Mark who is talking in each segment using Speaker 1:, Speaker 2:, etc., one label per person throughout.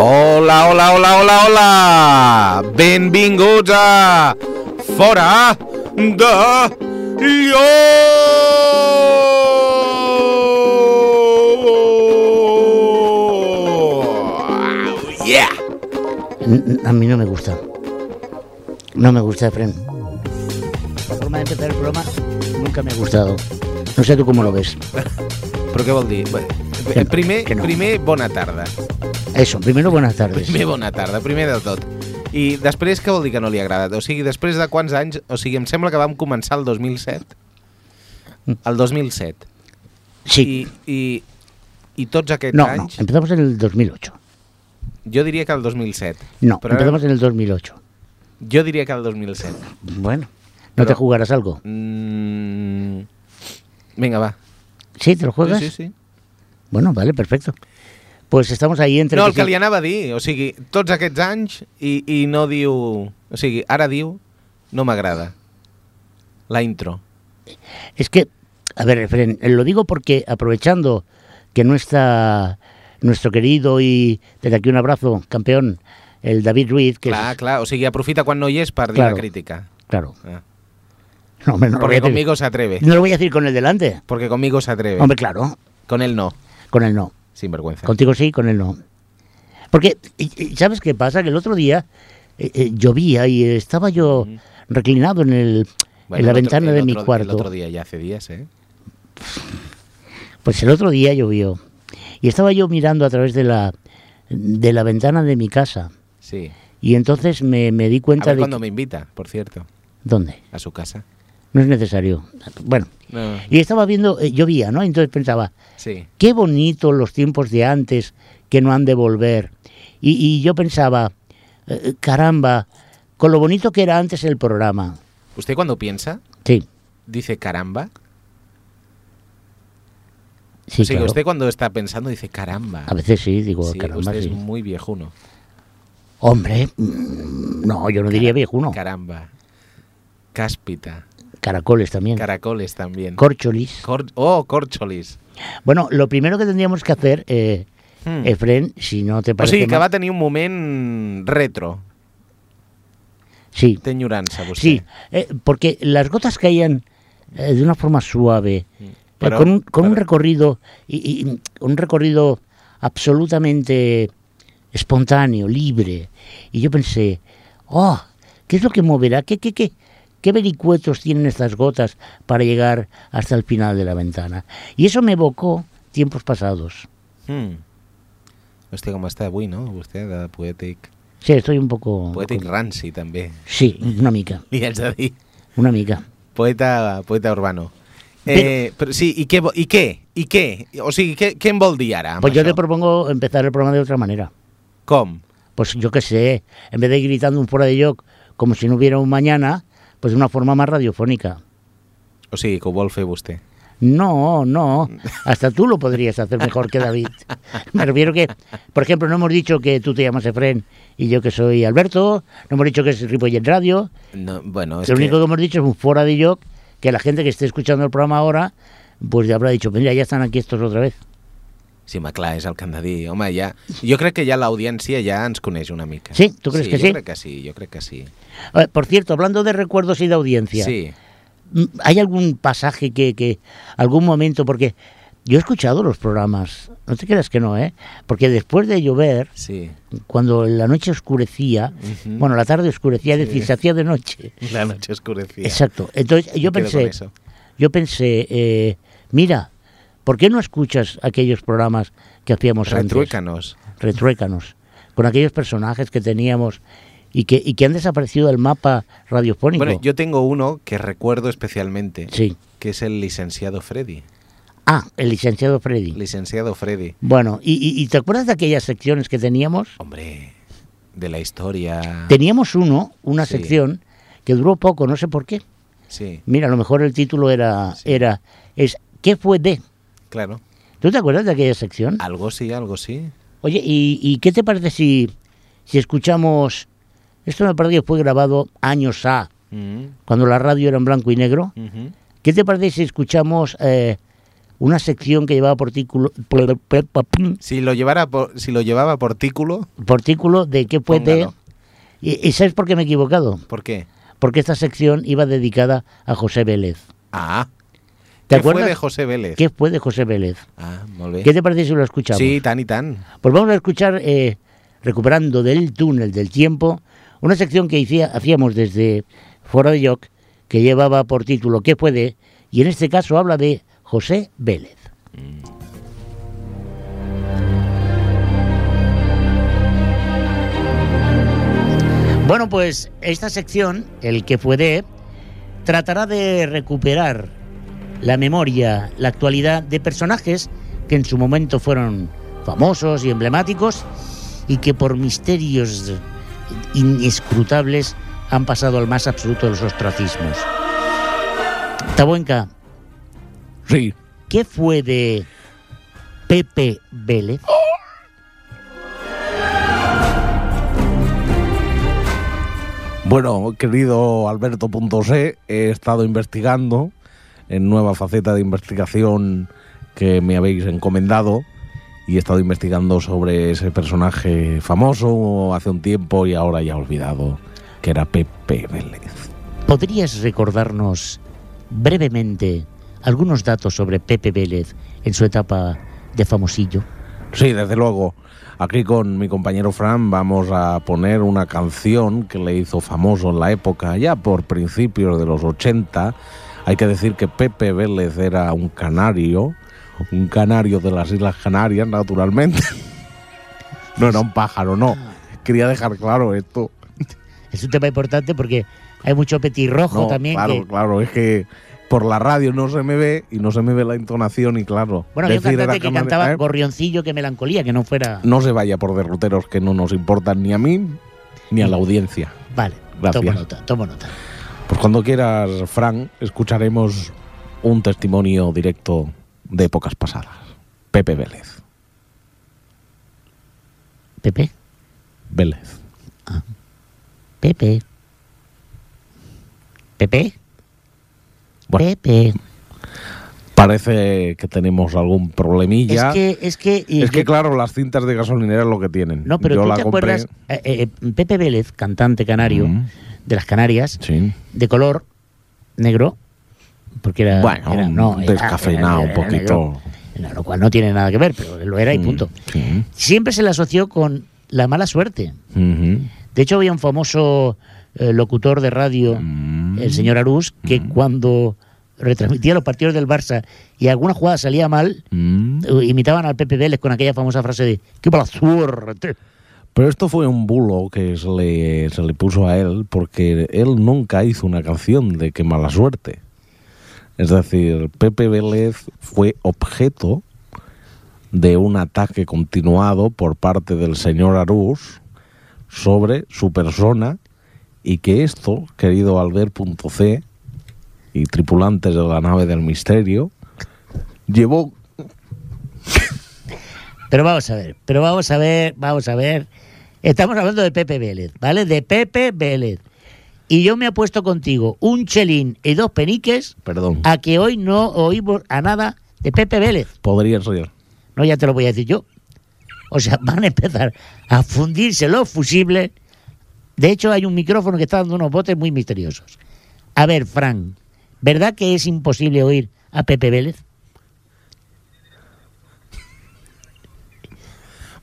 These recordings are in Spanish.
Speaker 1: Hola, hola, hola, hola, hola! Benvinguts a Fora de Lloc! Oh, Yeah!
Speaker 2: N- A mí no me gusta. No me gusta, Fren. La forma de empezar el programa nunca me ha gustado. No sé tú cómo lo ves.
Speaker 1: Però què vol dir? Bé,
Speaker 2: Que no,
Speaker 1: primer,
Speaker 2: que no.
Speaker 1: primer, bona tarda.
Speaker 2: Eso, primero buenas tardes.
Speaker 1: Primer, bona tarda. Primer de tot. I després, què vol dir que no li ha agradat? O sigui, després de quants anys? O sigui, em sembla que vam començar el 2007. El 2007.
Speaker 2: Sí.
Speaker 1: I, i, i tots aquests
Speaker 2: No, no,
Speaker 1: anys,
Speaker 2: empezamos en el 2008.
Speaker 1: jo diria que el 2007.
Speaker 2: No,
Speaker 1: Però
Speaker 2: empezamos en el 2008.
Speaker 1: jo diria que el 2007.
Speaker 2: Bueno, ¿no
Speaker 1: Pero-
Speaker 2: te jugarás algo?
Speaker 1: Mm, vinga, va.
Speaker 2: ¿Sí? ¿Te lo juegas?
Speaker 1: Sí, sí, sí.
Speaker 2: Bueno, vale, perfecto. Pues estamos ahí entre...
Speaker 1: No,
Speaker 2: que
Speaker 1: el que
Speaker 2: sí-
Speaker 1: li anava a dir, o sigui, tots aquests anys i, i no diu... O sigui, ara diu, no m'agrada. La intro.
Speaker 2: Es que, a ver, Fren, lo digo porque aprovechando que no está nuestro querido y desde aquí un abrazo, campeón, el David Ruiz, que
Speaker 1: Clar,
Speaker 2: es,
Speaker 1: clar, o sigui, aprofita quan no hi és per dir
Speaker 2: Claro.
Speaker 1: la crítica.
Speaker 2: claro.
Speaker 1: Ah.
Speaker 2: No, hombre, no, lo voy a
Speaker 1: Porque
Speaker 2: decir-
Speaker 1: conmigo se atreve.
Speaker 2: no lo voy a decir con el delante.
Speaker 1: Porque conmigo se atreve.
Speaker 2: Hombre, claro,
Speaker 1: Con él no,
Speaker 2: con el no.
Speaker 1: sin vergüenza.
Speaker 2: Contigo sí, con él no. Porque, y- y ¿sabes qué pasa? Que el otro día eh, eh, llovía y estaba yo
Speaker 1: Ujú.
Speaker 2: reclinado en, el, en la ventana de mi cuarto.
Speaker 1: El otro día, ya hace días, ¿eh?
Speaker 2: Pues el otro día llovió y estaba yo mirando a través de la, de la ventana de mi casa
Speaker 1: Sí.
Speaker 2: y entonces me, me di
Speaker 1: A
Speaker 2: cuenta
Speaker 1: ver
Speaker 2: de...
Speaker 1: cuando
Speaker 2: que-
Speaker 1: me invita, por cierto,
Speaker 2: ¿Dónde?
Speaker 1: a su casa.
Speaker 2: No es necesario. Bueno,
Speaker 1: No.
Speaker 2: y estaba viendo, eh, llovía, ¿no? Entonces pensaba,
Speaker 1: Sí.
Speaker 2: qué bonito los tiempos de antes que no han de volver. Y, y yo pensaba, eh, caramba, con lo bonito que era antes el programa.
Speaker 1: ¿Usted cuando piensa,
Speaker 2: Sí,
Speaker 1: dice caramba?
Speaker 2: sí,
Speaker 1: o sea,
Speaker 2: claro.
Speaker 1: usted cuando está pensando dice caramba.
Speaker 2: A veces sí, digo,
Speaker 1: Sí,
Speaker 2: caramba,
Speaker 1: usted
Speaker 2: sí.
Speaker 1: es muy viejuno.
Speaker 2: Hombre, mm, no, yo no diría viejuno.
Speaker 1: Caramba. Cáspita.
Speaker 2: Caracoles también.
Speaker 1: Caracoles también.
Speaker 2: Corcholis.
Speaker 1: Cor- oh, corcholis.
Speaker 2: Bueno, lo primero que tendríamos que hacer, eh,
Speaker 1: Hmm.
Speaker 2: Efren, si no te
Speaker 1: O
Speaker 2: parece.
Speaker 1: sigui que
Speaker 2: mal-
Speaker 1: va tenir un moment retro.
Speaker 2: Sí,
Speaker 1: Té enyorança, vostè.
Speaker 2: sí, eh, porque las gotas caían eh, de una forma suave,
Speaker 1: Mm.
Speaker 2: eh,
Speaker 1: Pero-
Speaker 2: con, un, con un
Speaker 1: pero-
Speaker 2: recorrido y, y un recorrido absolutamente espontáneo, libre. Y yo pensé, oh, ¿qué es lo que moverá? ¿Qué, qué, qué, qué vericuetos tienen estas gotas para llegar hasta el final de la ventana? Y eso me evocó tiempos pasados.
Speaker 1: Mm. Hòstia, com està avui, no? Vostè, de poètic...
Speaker 2: Sí, estoy un poco...
Speaker 1: Poètic ranci, també.
Speaker 2: Sí, una mica,
Speaker 1: Li haig de dir.
Speaker 2: una mica.
Speaker 1: Poeta, poeta urbano. Eh, però, sí, i què, vo- i què? I què? O sigui, què, què em vol dir ara? amb
Speaker 2: Pues yo
Speaker 1: això?
Speaker 2: te propongo empezar el programa de otra manera.
Speaker 1: Com?
Speaker 2: Pues yo qué sé, en vez de ir gritando un fuera de yoc como si no hubiera un mañana, pues de una forma más radiofónica.
Speaker 1: O sigui, que ho vol fer vostè.
Speaker 2: No, no, hasta tú lo podrías hacer mejor que David. Me refiero que, por ejemplo, no hemos dicho que tú te llamas Efren y yo que soy Alberto, no hemos dicho que es Ripollet Radio,
Speaker 1: No, bueno, és
Speaker 2: lo único que
Speaker 1: que...
Speaker 2: hemos dicho es un fuera de yoc que la gente que esté escuchando el programa ahora, pues ya habrá dicho, mira, ya están aquí estos otra vez.
Speaker 1: Sí, home, clar, és el que han de dir. Home, ja... Jo crec que ja l'audiència ja ens coneix una mica.
Speaker 2: Sí? Tu creus que
Speaker 1: jo
Speaker 2: sí?
Speaker 1: crec que sí, jo crec que sí.
Speaker 2: A ver, por cierto, hablando de recuerdos y de audiencia.
Speaker 1: Sí.
Speaker 2: Mm, ¿Hay algún pasaje que, que algún momento? Porque yo he escuchado los programas, no te creas que no, ¿eh? Porque después de llover,
Speaker 1: Sí.
Speaker 2: cuando la noche oscurecía,
Speaker 1: Ujú.
Speaker 2: bueno, la tarde oscurecía, es
Speaker 1: Sí.
Speaker 2: decir, se hacía de noche.
Speaker 1: La noche oscurecía.
Speaker 2: Exacto. Entonces yo
Speaker 1: Me quedo con
Speaker 2: pensé,
Speaker 1: eso.
Speaker 2: yo pensé, eh, mira, ¿por qué no escuchas aquellos programas que hacíamos antes?
Speaker 1: Retruécanos.
Speaker 2: Retruécanos. Con aquellos personajes que teníamos y que, y que han desaparecido del mapa radiofónico.
Speaker 1: Bueno, yo tengo uno que recuerdo especialmente,
Speaker 2: Sí.
Speaker 1: que es el licenciado Freddy.
Speaker 2: Ah, el licenciado Freddy.
Speaker 1: Licenciado Freddy.
Speaker 2: Bueno, ¿y, y- y te acuerdas de aquellas secciones que teníamos?
Speaker 1: Hombre, de la historia.
Speaker 2: Teníamos uno, una
Speaker 1: Sí.
Speaker 2: sección que duró poco, no sé por qué.
Speaker 1: Sí,
Speaker 2: Mira, a lo mejor el título era,
Speaker 1: Sí.
Speaker 2: era es ¿Qué fue de?
Speaker 1: claro.
Speaker 2: ¿Tú te acuerdas de aquella
Speaker 1: Ah.
Speaker 2: sección?
Speaker 1: Algo sí, algo sí.
Speaker 2: Oye, ¿y, y qué te parece si, si escuchamos Esto me parece que fue grabado años A,
Speaker 3: Mm,
Speaker 2: cuando la radio era en blanco y negro.
Speaker 3: mhm.
Speaker 2: ¿Qué te parece si escuchamos eh, una sección que llevaba por título, por- por- por-
Speaker 3: Si lo llevara por, si lo llevaba por tículo,
Speaker 2: por título de qué puede...
Speaker 3: Póngalo.
Speaker 2: Y, y sabes por qué me he equivocado?
Speaker 3: ¿por qué?
Speaker 2: Porque esta sección iba dedicada a José Vélez.
Speaker 3: Ah.
Speaker 2: ¿Te
Speaker 3: ¿Qué fue
Speaker 2: acuerdas?
Speaker 3: de José Vélez?
Speaker 2: ¿Qué fue de José Vélez?
Speaker 3: Ah, molt bé.
Speaker 2: ¿Qué te parece si lo escuchamos?
Speaker 3: Sí, tant i tant.
Speaker 2: Pues vamos a escuchar, eh, recuperando del túnel del tiempo, una sección que hicía- hacíamos desde Fora de York, que llevaba por título ¿Qué puede? Y en este caso habla de José Vélez. Bueno, pues esta sección, el que puede, tratará de recuperar la memoria, la actualidad de personajes que en su momento fueron famosos y emblemáticos y que por misterios inescrutables han pasado al más absoluto de los ostracismos. Tabuenca,
Speaker 3: Sí.
Speaker 2: ¿qué fue de Pepe Vélez?
Speaker 1: Bueno, querido Alberto Punto C, he estado investigando en nueva faceta de investigación que me habéis encomendado y he estado investigando sobre ese personaje famoso hace un tiempo y ahora ya olvidado, que era Pepe Vélez.
Speaker 2: ¿Podrías recordarnos brevemente algunos datos sobre Pepe Vélez en su etapa de famosillo?
Speaker 1: Sí, desde luego. Aquí con mi compañero Fran vamos a poner una canción que le hizo famoso en la época, ya por principios de los 80. Hay que decir que Pepe Vélez era un canario, un canario de las Islas Canarias, naturalmente. No era un pájaro, no. Quería dejar claro esto.
Speaker 2: Es un tema importante porque hay mucho petirrojo
Speaker 1: No,
Speaker 2: también.
Speaker 1: claro,
Speaker 2: que-
Speaker 1: claro, es que por la radio no se me ve y no se me ve la entonación y claro.
Speaker 2: Bueno, había un
Speaker 1: decir era
Speaker 2: cantante que
Speaker 1: canario,
Speaker 2: cantaba
Speaker 1: ¿eh?
Speaker 2: Gorrioncillo, que melancolía, que no fuera...
Speaker 1: No se vaya por derroteros que no nos importan ni a mí ni a la audiencia.
Speaker 2: Vale,
Speaker 1: Gracias.
Speaker 2: tomo nota, tomo nota.
Speaker 1: Pues cuando quieras, Fran, escucharemos un testimonio directo de épocas pasadas. Pepe Vélez.
Speaker 2: Pepe,
Speaker 1: Vélez.
Speaker 2: Pepe. Pepe,
Speaker 1: Bueno,
Speaker 2: Pepe.
Speaker 1: parece que tenemos algún problemilla.
Speaker 2: Es que, es que...
Speaker 1: Es que, claro, las cintas de gasolinera es lo que tienen.
Speaker 2: No, pero
Speaker 1: Yo
Speaker 2: tú
Speaker 1: la
Speaker 2: te
Speaker 1: compré.
Speaker 2: acuerdas, eh, eh, Pepe Vélez, cantante canario
Speaker 1: Mm.
Speaker 2: de las Canarias,
Speaker 1: Sí.
Speaker 2: de color negro, porque era...
Speaker 1: Bueno,
Speaker 2: era- no, era-
Speaker 1: descafeinado
Speaker 2: era- era
Speaker 1: un poquito. Mm.
Speaker 2: negro, lo cual no tiene nada que ver, pero lo era y punto.
Speaker 1: Sí.
Speaker 2: Siempre se le asoció con la mala suerte.
Speaker 1: Ujú.
Speaker 2: De hecho, había un famoso eh, locutor de radio,
Speaker 1: Mm.
Speaker 2: el señor Arús, que cuando retransmitía los partidos del Barça y alguna jugada salía mal,
Speaker 1: Mm.
Speaker 2: eh, imitaban al Pepe Vélez con aquella famosa frase de ¡Qué mala suerte!
Speaker 1: Pero esto fue un bulo que se le, se le puso a él porque él nunca hizo una canción de qué mala suerte. Es decir, Pepe Vélez fue objeto de un ataque continuado por parte del señor Arús sobre su persona y que esto, querido Albert.c y tripulantes de la nave del misterio, llevó...
Speaker 2: Pero vamos a ver, pero vamos a ver, vamos a ver. Estamos hablando de Pepe Vélez, ¿vale? De Pepe Vélez. Y yo me apuesto contigo un chelín y dos peniques
Speaker 1: Perdón,
Speaker 2: a que hoy no oímos a nada de Pepe Vélez.
Speaker 1: podría ser.
Speaker 2: No, ya te lo voy a decir yo. O sea, van a empezar a fundirse los fusibles. De hecho, hay un micrófono que está dando unos botes muy misteriosos. A ver, Fran, ¿verdad que es imposible oír a Pepe Vélez?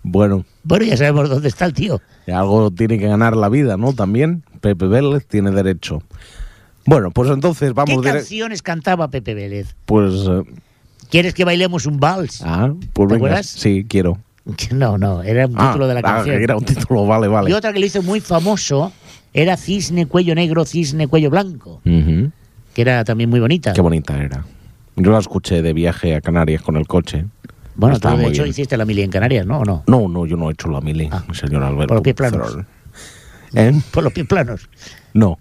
Speaker 1: Bueno,
Speaker 2: Bueno, ya sabemos dónde está el tío.
Speaker 1: Algo tiene que ganar la vida, ¿no? También Pepe Vélez tiene derecho. Bueno, pues entonces
Speaker 2: ¿Qué
Speaker 1: vamos directo.
Speaker 2: canciones cantaba Pepe Vélez?
Speaker 1: Pues, eh,
Speaker 2: ¿Quieres que bailemos un vals?
Speaker 1: ah, pues
Speaker 2: ¿Te
Speaker 1: venga,
Speaker 2: acuerdas?
Speaker 1: Sí, quiero.
Speaker 2: No, no, era un título
Speaker 1: Ah,
Speaker 2: de la
Speaker 1: ah,
Speaker 2: canción.
Speaker 1: que era un título, vale, vale.
Speaker 2: Y otra que le hizo muy famoso era Cisne Cuello Negro, Cisne Cuello Blanco,
Speaker 1: Ujú,
Speaker 2: que era también muy bonita.
Speaker 1: Qué bonita era. Yo la escuché de viaje a Canarias con el coche.
Speaker 2: bueno, tú
Speaker 1: estaba
Speaker 2: de
Speaker 1: muy
Speaker 2: hecho
Speaker 1: bien.
Speaker 2: hiciste la mili en Canarias, ¿no? ¿O no?
Speaker 1: No, no, yo no he hecho la mili,
Speaker 2: Ah,
Speaker 1: señor Alberto.
Speaker 2: por los pies planos.
Speaker 1: ¿Eh?
Speaker 2: Por los pies planos.
Speaker 1: No.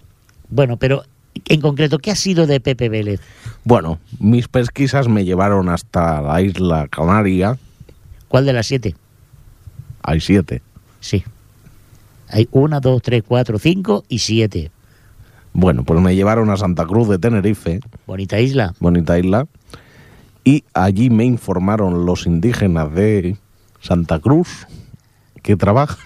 Speaker 2: Bueno, pero en concreto, ¿qué ha sido de Pepe Vélez?
Speaker 1: Bueno, mis pesquisas me llevaron hasta la isla Canaria.
Speaker 2: ¿Cuál de las siete?
Speaker 1: Hay siete.
Speaker 2: Sí. Hay una, dos, tres, cuatro, cinco y siete.
Speaker 1: Bueno, pues me llevaron a Santa Cruz de Tenerife,
Speaker 2: Bonita isla.
Speaker 1: bonita isla, y allí me informaron los indígenas de Santa Cruz que trabajan.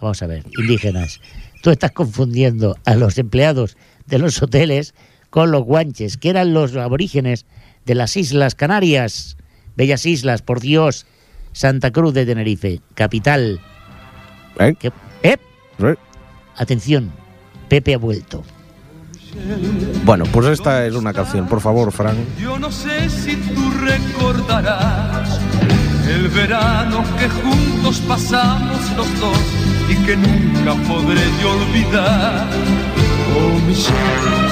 Speaker 2: Vamos a ver, indígenas. Tú estás confundiendo a los empleados de los hoteles con los guanches, que eran los aborígenes de las Islas Canarias. Bellas islas, por Dios. Santa Cruz de Tenerife, capital.
Speaker 1: ¿Eh?
Speaker 2: Que- ¡Ep!
Speaker 1: ¿Eh?
Speaker 2: Atención, Pepe ha vuelto.
Speaker 1: Bueno, pues esta es una canción, por favor, Frank.
Speaker 4: Yo no sé si tú recordarás el verano que juntos pasamos los dos y que nunca podré yo olvidar. Oh, Michelle,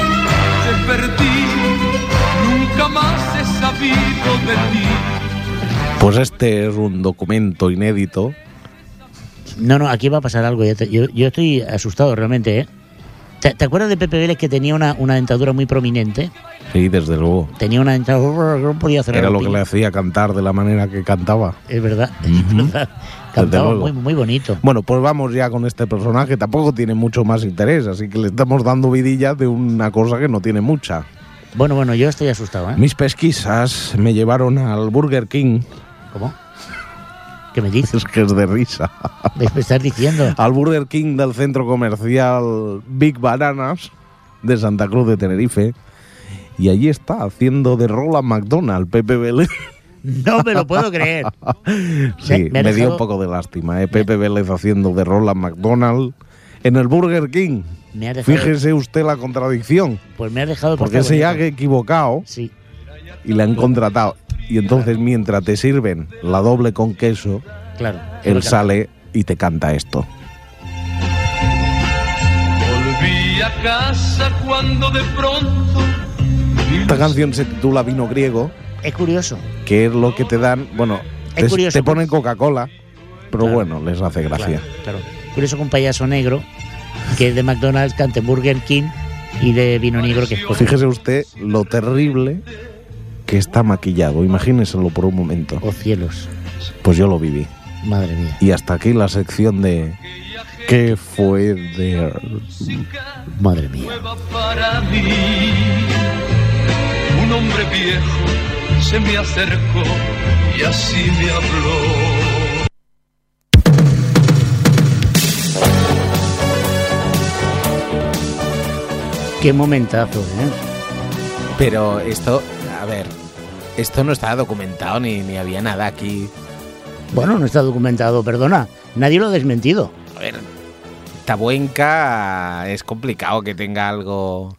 Speaker 4: te perdí, nunca más he sabido de ti.
Speaker 1: Pues este es un documento inédito.
Speaker 2: No, no, aquí va a pasar algo. ya te- yo, yo estoy asustado realmente, ¿eh? ¿Te, te acuerdas de Pepe Vélez que tenía una, una dentadura muy prominente?
Speaker 1: Sí, desde luego.
Speaker 2: Tenía una dentadura no podía cerrar
Speaker 1: Era
Speaker 2: la
Speaker 1: lo que
Speaker 2: piña.
Speaker 1: le hacía cantar de la manera que cantaba.
Speaker 2: Es verdad, es verdad. Cantaba
Speaker 1: luego.
Speaker 2: muy, muy bonito.
Speaker 1: Bueno, pues vamos ya con este personaje. Tampoco tiene mucho más interés, así que le estamos dando vidilla de una cosa que no tiene mucha.
Speaker 2: Bueno, bueno, yo estoy asustado, ¿eh?
Speaker 1: Mis pesquisas me llevaron al Burger King.
Speaker 2: ¿Cómo? ¿Qué me dices?
Speaker 1: Es que es de risa.
Speaker 2: ¿Me me estás diciendo?
Speaker 1: Al Burger King del centro comercial Big Bananas de Santa Cruz de Tenerife. Y allí está, haciendo de Roland McDonald, Pepe Vélez.
Speaker 2: No me lo puedo creer.
Speaker 1: Sí,
Speaker 2: me ha
Speaker 1: me, dio
Speaker 2: dejado-
Speaker 1: un poco de lástima, ¿eh? Pepe Vélez haciendo de Roland McDonald en el Burger King.
Speaker 2: Me ha dejado,
Speaker 1: Fíjese usted la contradicción,
Speaker 2: Pues me ha dejado
Speaker 1: porque
Speaker 2: portar
Speaker 1: se ha
Speaker 2: bonito.
Speaker 1: equivocado
Speaker 2: Sí,
Speaker 1: y la han contratado. Y entonces mientras te sirven la doble con queso,
Speaker 2: claro.
Speaker 1: él
Speaker 2: Porque-
Speaker 1: sale y te canta esto.
Speaker 4: Volví a casa cuando de pronto vi
Speaker 1: Esta canción se titula Vino Griego,
Speaker 2: Es curioso.
Speaker 1: que es lo que te dan, bueno,
Speaker 2: Es
Speaker 1: te,
Speaker 2: curioso,
Speaker 1: te
Speaker 2: pues.
Speaker 1: ponen Coca-Cola, pero
Speaker 2: Claro.
Speaker 1: bueno, les hace gracia.
Speaker 2: Claro, claro. Curioso que un payaso negro, que es de McDonald's, cante Burger King y de vino negro, que es cosa.
Speaker 1: Pues Fíjese usted lo terrible que está maquillado, imagínenselo por un momento.
Speaker 2: Oh cielos,
Speaker 1: Pues yo lo viví.
Speaker 2: madre mía.
Speaker 1: Y hasta aquí la sección de ¿Qué fue de...?
Speaker 4: música
Speaker 2: Madre mía.
Speaker 4: nueva para mí. Un hombre viejo se me acercó y así me habló.
Speaker 2: Qué momentazo, ¿eh?
Speaker 3: Pero esto, a ver, esto no estaba documentado ni, ni había nada aquí.
Speaker 2: Bueno, no está documentado, perdona. Nadie lo ha desmentido.
Speaker 3: A ver, Tabuenca Ah, es complicado que tenga algo.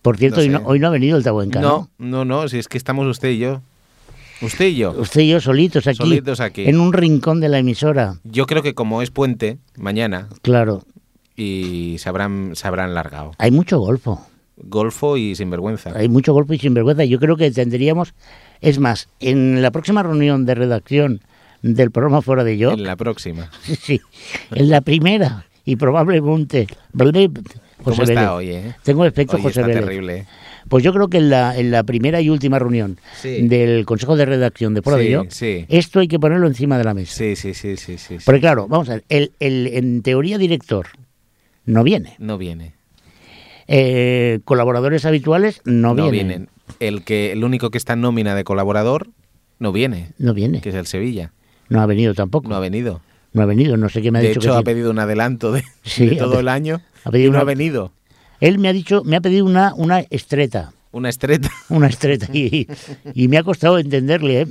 Speaker 2: Por cierto,
Speaker 3: No
Speaker 2: hoy,
Speaker 3: sé.
Speaker 2: no, hoy no ha venido el Tabuenca.
Speaker 3: No, no, no, si es que estamos usted y yo. Usted y yo.
Speaker 2: Usted y yo solitos aquí.
Speaker 3: Solitos aquí.
Speaker 2: En un rincón de la emisora.
Speaker 3: Yo creo que como es puente, mañana,
Speaker 2: Claro.
Speaker 3: y se habrán, se habrán largado.
Speaker 2: Hay mucho golfo.
Speaker 3: Golfo y sinvergüenza.
Speaker 2: Hay mucho golpe y sinvergüenza. Yo creo que tendríamos. Es más, en la próxima reunión de redacción del programa Fuera de Yo.
Speaker 3: En la próxima.
Speaker 2: Sí, sí. En la primera y probablemente.
Speaker 3: ¿Cómo
Speaker 2: José
Speaker 3: está
Speaker 2: Vélez.
Speaker 3: hoy, eh?
Speaker 2: Tengo efecto
Speaker 3: Hoy
Speaker 2: José
Speaker 3: está
Speaker 2: Vélez.
Speaker 3: terrible. eh.
Speaker 2: Pues yo creo que en la, en la primera y última reunión
Speaker 3: Sí.
Speaker 2: del Consejo de Redacción de Fuera
Speaker 3: Sí,
Speaker 2: de Yo,
Speaker 3: sí.
Speaker 2: esto hay que ponerlo encima de la mesa.
Speaker 3: Sí, sí, sí, sí, sí. sí.
Speaker 2: Porque claro, vamos a ver, el, el, en teoría director no viene.
Speaker 3: No viene.
Speaker 2: Eh, colaboradores habituales no, vienen.
Speaker 3: vienen. El, que, el único que está en nómina de colaborador no viene,
Speaker 2: No viene.
Speaker 3: que es el Sevilla.
Speaker 2: No ha venido tampoco.
Speaker 3: No ha venido.
Speaker 2: No ha venido, no sé qué me ha
Speaker 3: de
Speaker 2: dicho.
Speaker 3: hecho,
Speaker 2: que
Speaker 3: ha
Speaker 2: sí.
Speaker 3: pedido un adelanto de,
Speaker 2: Sí,
Speaker 3: de
Speaker 2: ha
Speaker 3: todo
Speaker 2: pe-
Speaker 3: el año
Speaker 2: ha pedido
Speaker 3: y no
Speaker 2: una-
Speaker 3: ha venido.
Speaker 2: Él me ha dicho, me ha pedido una, una estreta,
Speaker 3: Una estreta.
Speaker 2: una estreta y, y me ha costado entenderle, ¿eh?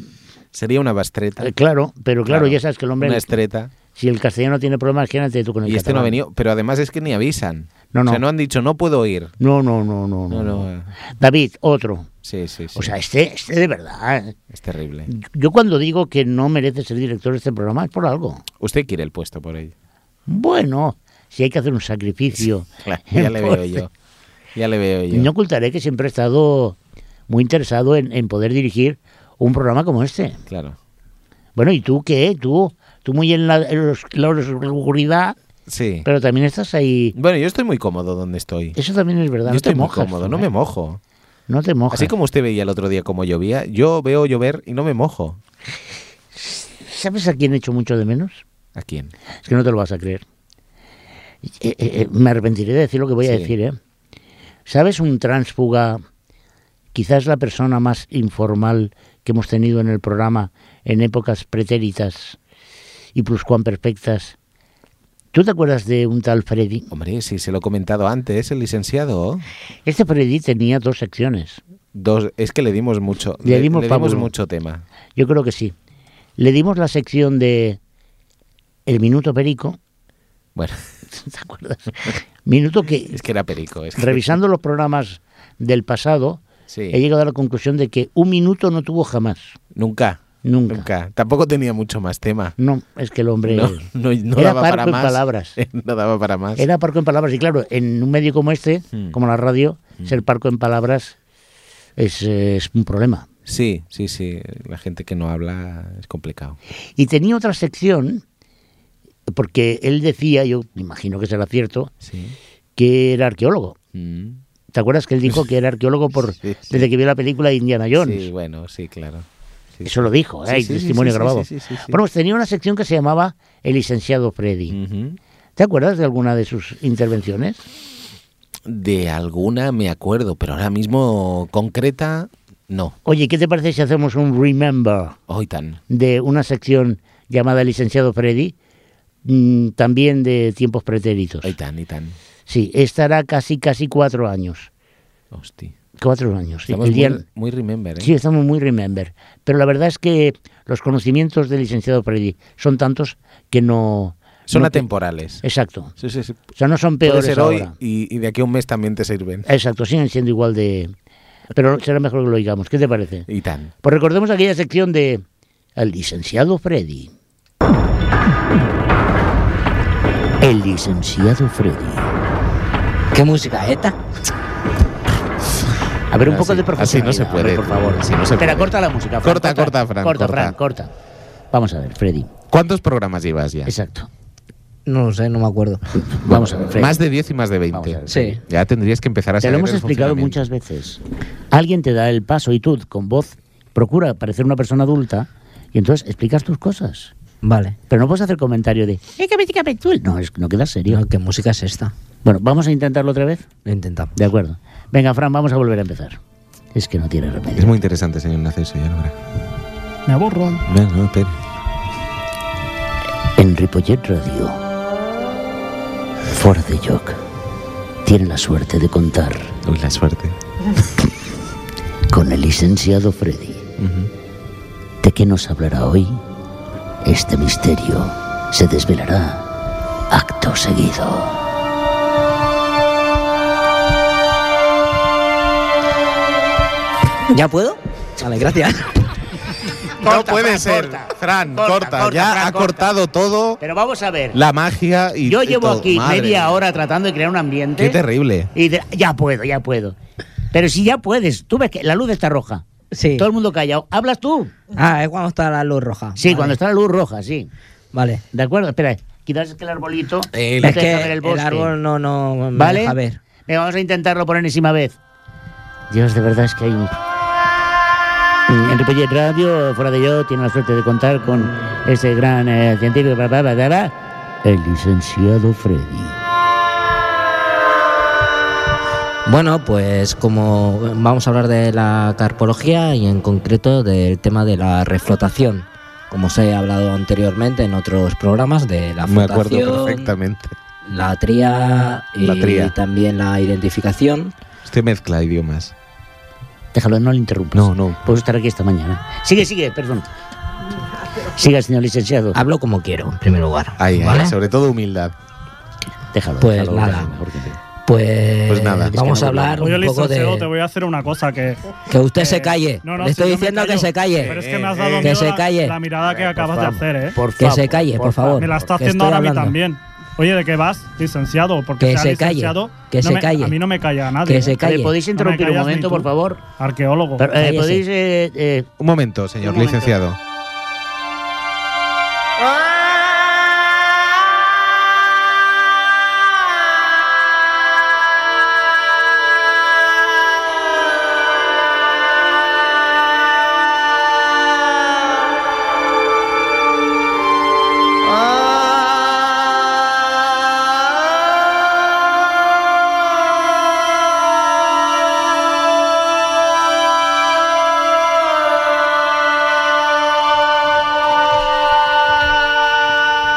Speaker 3: Sería una bastreta.
Speaker 2: Eh, Claro, pero claro, ya sabes que el hombre,
Speaker 3: Una estreta.
Speaker 2: si el castellano tiene problemas, imagínate tú con el
Speaker 3: este- Y este no ha
Speaker 2: catalán.
Speaker 3: venido. Pero además es que ni avisan.
Speaker 2: No,
Speaker 3: O sea,
Speaker 2: no.
Speaker 3: no han dicho, no puedo ir.
Speaker 2: No, no, no, no, no,
Speaker 3: No,
Speaker 2: no.
Speaker 3: no.
Speaker 2: David, otro.
Speaker 3: Sí, sí, sí.
Speaker 2: O sea, este, este de verdad. ¿eh?
Speaker 3: es terrible.
Speaker 2: Yo cuando digo que no merece ser director de este programa es por algo.
Speaker 3: Usted quiere el puesto por ello.
Speaker 2: Bueno, si hay que hacer un sacrificio.
Speaker 3: Claro, ya le veo
Speaker 2: Entonces,
Speaker 3: yo. Ya le veo yo.
Speaker 2: No ocultaré que siempre he estado muy interesado en, en poder dirigir un programa como este.
Speaker 3: Claro.
Speaker 2: Bueno, ¿y tú qué? Tú, tú muy en la, en los- la oscuridad,
Speaker 3: Sí.
Speaker 2: pero también estás ahí.
Speaker 3: Bueno, yo estoy muy cómodo donde estoy.
Speaker 2: Eso también es verdad.
Speaker 3: Yo
Speaker 2: no
Speaker 3: estoy
Speaker 2: te
Speaker 3: muy
Speaker 2: mojas,
Speaker 3: cómodo,
Speaker 2: tú,
Speaker 3: no
Speaker 2: ¿eh?
Speaker 3: me mojo.
Speaker 2: No te mojas.
Speaker 3: Así como usted veía el otro día cómo llovía, yo veo llover y no me mojo.
Speaker 2: ¿Sabes a quién he hecho mucho de menos?
Speaker 3: ¿A quién?
Speaker 2: Es que no te lo vas a creer. eh, eh, me arrepentiré de decir lo que voy a
Speaker 3: Sí.
Speaker 2: decir, ¿eh? ¿Sabes un tránsfuga, quizás la persona más informal que hemos tenido en el programa en épocas pretéritas y pluscuamperfectas? ¿Tú te acuerdas de un tal Freddy?
Speaker 3: Hombre, si se lo he comentado antes, el licenciado.
Speaker 2: Este Freddy tenía dos secciones.
Speaker 3: Dos, es que le dimos mucho.
Speaker 2: Le dimos pábulo.
Speaker 3: mucho tema.
Speaker 2: Yo creo que sí. Le dimos la sección de El Minuto Perico.
Speaker 3: Bueno,
Speaker 2: ¿Te acuerdas? Minuto que,
Speaker 3: es que era perico. Es que-
Speaker 2: revisando los programas del pasado,
Speaker 3: Sí.
Speaker 2: he llegado a la conclusión de que un minuto no tuvo jamás.
Speaker 3: Nunca,
Speaker 2: Nunca.
Speaker 3: nunca. Tampoco tenía mucho más tema.
Speaker 2: No, es que el hombre
Speaker 3: No, no, no
Speaker 2: era
Speaker 3: daba
Speaker 2: parco en
Speaker 3: para más. Eh,
Speaker 2: palabras.
Speaker 3: No daba para más.
Speaker 2: Era parco en palabras. Y claro, en un medio como este,
Speaker 3: Mm.
Speaker 2: como la radio, ser parco en palabras es, eh, es un problema.
Speaker 3: Sí, sí, sí. La gente que no habla es complicado.
Speaker 2: Y tenía otra sección, porque él decía, yo imagino que será cierto,
Speaker 3: Sí.
Speaker 2: que era arqueólogo.
Speaker 3: Mm.
Speaker 2: ¿Te acuerdas que él dijo que era arqueólogo por
Speaker 3: Sí, sí.
Speaker 2: desde que vio la película Indiana Jones?
Speaker 3: Sí, bueno, sí, claro. Sí,
Speaker 2: Eso lo dijo, ¿eh?
Speaker 3: Sí,
Speaker 2: hay
Speaker 3: sí, sí,
Speaker 2: testimonio
Speaker 3: sí, sí,
Speaker 2: grabado.
Speaker 3: sí, sí, Mm. sí, sí.
Speaker 2: Bueno, pues tenía una sección que se llamaba El licenciado Freddy.
Speaker 3: Ujú.
Speaker 2: ¿Te acuerdas de alguna de sus intervenciones?
Speaker 3: De alguna me acuerdo, pero ahora mismo concreta, no.
Speaker 2: Oye, ¿qué te parece si hacemos un remember
Speaker 3: Hoy tan.
Speaker 2: de una sección llamada El licenciado Freddy? Mm, también de tiempos pretéritos.
Speaker 3: Hoy tan, y tan.
Speaker 2: Sí, estará casi, casi cuatro años.
Speaker 3: Hostia.
Speaker 2: Cuatro años. sí.
Speaker 3: Estamos
Speaker 2: El día-
Speaker 3: muy, muy remember, ¿eh?
Speaker 2: Sí, estamos muy remember. Pero la verdad es que los conocimientos del licenciado Freddy son tantos que no...
Speaker 3: Son
Speaker 2: no te-
Speaker 3: atemporales.
Speaker 2: Exacto.
Speaker 3: Sí, sí, sí.
Speaker 2: O sea, no son
Speaker 3: Puede
Speaker 2: peores
Speaker 3: ser hoy
Speaker 2: ahora.
Speaker 3: y, y de aquí a un mes también te sirven.
Speaker 2: Exacto, siguen siendo igual de... Pero será mejor que lo digamos. ¿Qué te parece?
Speaker 3: Y tan.
Speaker 2: Pues recordemos aquella sección de... El licenciado Freddy. El licenciado Freddy.
Speaker 5: ¿Qué música, ETA?
Speaker 2: A ver, un
Speaker 3: Así-
Speaker 2: poco de
Speaker 3: Ah, así no
Speaker 2: profesionalidad.
Speaker 3: se puede,
Speaker 2: hombre, por favor.
Speaker 3: así no se
Speaker 2: Espera,
Speaker 3: puede.
Speaker 2: corta la música. Fran,
Speaker 3: Corta, corta, Fran,
Speaker 2: Corta,
Speaker 3: corta.
Speaker 2: Fran, corta. Vamos a ver, Freddy.
Speaker 3: ¿Cuántos programas llevas ya?
Speaker 2: Exacto.
Speaker 5: No lo sé, no me acuerdo.
Speaker 2: Vamos a ver, Freddy.
Speaker 3: Más de 10 y más de 20.
Speaker 5: Vamos a ver. Sí.
Speaker 3: Ya tendrías que empezar a
Speaker 2: Te lo
Speaker 3: saber
Speaker 2: hemos
Speaker 3: el
Speaker 2: explicado
Speaker 3: funcionamiento.
Speaker 2: muchas veces. Alguien te da el paso y tú, con voz, procura parecer una persona adulta y entonces explicas tus cosas.
Speaker 5: Vale.
Speaker 2: Pero no puedes hacer comentario de... "Eh, que me diga Petuel". No, es, no queda serio.
Speaker 5: No, ¿Qué música es esta?
Speaker 2: Bueno, vamos a intentarlo otra vez.
Speaker 5: Lo intentamos.
Speaker 2: De acuerdo. Venga, Fran, vamos a volver a empezar. Es que no tiene remedio.
Speaker 3: Es muy interesante, señor Naceso, ya lo verá.
Speaker 2: Me aburro.
Speaker 3: No, no, espera.
Speaker 2: En Ripollet Radio, Ford de Jock tiene la suerte de contar
Speaker 3: Uy, la suerte.
Speaker 2: con el licenciado Freddy. ¿De qué nos hablará hoy? Este misterio se desvelará acto seguido.
Speaker 5: ¿Ya puedo? Vale, gracias.
Speaker 3: no puede ser. Fran, corta. ya ha cortado todo,
Speaker 2: Pero vamos a ver.
Speaker 3: la magia y
Speaker 2: Yo
Speaker 3: y
Speaker 2: llevo
Speaker 3: todo.
Speaker 2: aquí
Speaker 3: Madre
Speaker 2: media
Speaker 3: mía.
Speaker 2: hora ¿eh? tratando de crear un ambiente.
Speaker 3: Qué terrible.
Speaker 2: Y de- ya puedo, ya puedo. Pero si ya puedes, tú ves que la luz está roja.
Speaker 5: Sí.
Speaker 2: Todo el mundo callado. ¿Hablas tú?
Speaker 5: Ah, es cuando está la luz roja.
Speaker 2: Sí,
Speaker 5: Vale.
Speaker 2: cuando está la luz roja, sí.
Speaker 5: Vale.
Speaker 2: ¿De acuerdo? Espera, quizás es que el arbolito
Speaker 3: Eh,
Speaker 2: no
Speaker 5: es
Speaker 2: te
Speaker 5: que
Speaker 2: deja ver
Speaker 5: el,
Speaker 2: bosque.
Speaker 5: árbol no, no me
Speaker 2: ¿Vale?
Speaker 5: deja ver.
Speaker 2: Venga, vamos a intentarlo por enésima vez. Dios, de verdad es que hay un... En Ripollet Radio, fuera de yo, tiene la suerte de contar con este gran eh, científico, bla, bla, bla, bla, bla, el licenciado Freddy.
Speaker 5: Bueno, pues como vamos a hablar de la carpología y en concreto del tema de la reflotación. Como os he hablado anteriormente en otros programas de la
Speaker 3: Me acuerdo
Speaker 5: flotación,
Speaker 3: perfectamente.
Speaker 5: la tría y
Speaker 3: La tría.
Speaker 5: también la identificación.
Speaker 3: Usted mezcla idiomas.
Speaker 2: Déjalo, no le interrumpas.
Speaker 3: No, no.
Speaker 2: Puedo estar aquí esta mañana. Sigue, sigue, perdón. Siga, señor licenciado.
Speaker 6: Ah,
Speaker 5: Hablo como quiero, en primer lugar.
Speaker 3: Ahí, ahí,
Speaker 5: ¿vale?
Speaker 3: sobre todo humildad.
Speaker 2: Déjalo.
Speaker 5: Pues
Speaker 2: déjalo,
Speaker 5: nada.
Speaker 2: déjalo, porque te-
Speaker 5: Pues,
Speaker 3: Pues nada.
Speaker 5: vamos
Speaker 2: Es que no
Speaker 5: a hablar
Speaker 6: Oye,
Speaker 5: un poco
Speaker 6: licenciado, te
Speaker 5: de...
Speaker 6: voy a hacer una cosa que...
Speaker 5: Que usted
Speaker 6: eh,
Speaker 5: se calle.
Speaker 6: no, no,
Speaker 5: Le
Speaker 6: si
Speaker 5: estoy
Speaker 6: yo me
Speaker 5: diciendo que
Speaker 6: callo.
Speaker 5: se calle.
Speaker 6: Pero es que me has dado
Speaker 5: que
Speaker 6: miedo
Speaker 5: se
Speaker 6: la-
Speaker 5: calle.
Speaker 6: la mirada que acabas de
Speaker 2: favor,
Speaker 6: hacer, ¿eh?
Speaker 2: por
Speaker 5: Que
Speaker 2: favor,
Speaker 5: se calle, por favor.
Speaker 6: Me la está
Speaker 5: que
Speaker 6: haciendo
Speaker 5: estoy
Speaker 6: ahora a mí
Speaker 5: hablando.
Speaker 6: también. Oye, ¿de qué vas, licenciado? Porque
Speaker 5: Que
Speaker 6: sea
Speaker 5: se calle,
Speaker 6: licenciado,
Speaker 5: que
Speaker 6: no
Speaker 5: se
Speaker 6: me-
Speaker 5: calle.
Speaker 6: A mí no me calla nadie.
Speaker 5: Que se
Speaker 6: ¿eh?
Speaker 5: calle.
Speaker 2: ¿Me podéis
Speaker 6: No me
Speaker 2: interrumpir un
Speaker 6: callas ni
Speaker 2: momento,
Speaker 6: tú.
Speaker 2: por favor?
Speaker 6: Arqueólogo.
Speaker 2: Pero, eh,
Speaker 5: Cállese.
Speaker 2: ¿Podéis...? eh, eh,
Speaker 3: Un momento, señor
Speaker 2: Un momento.
Speaker 3: licenciado.
Speaker 4: Ah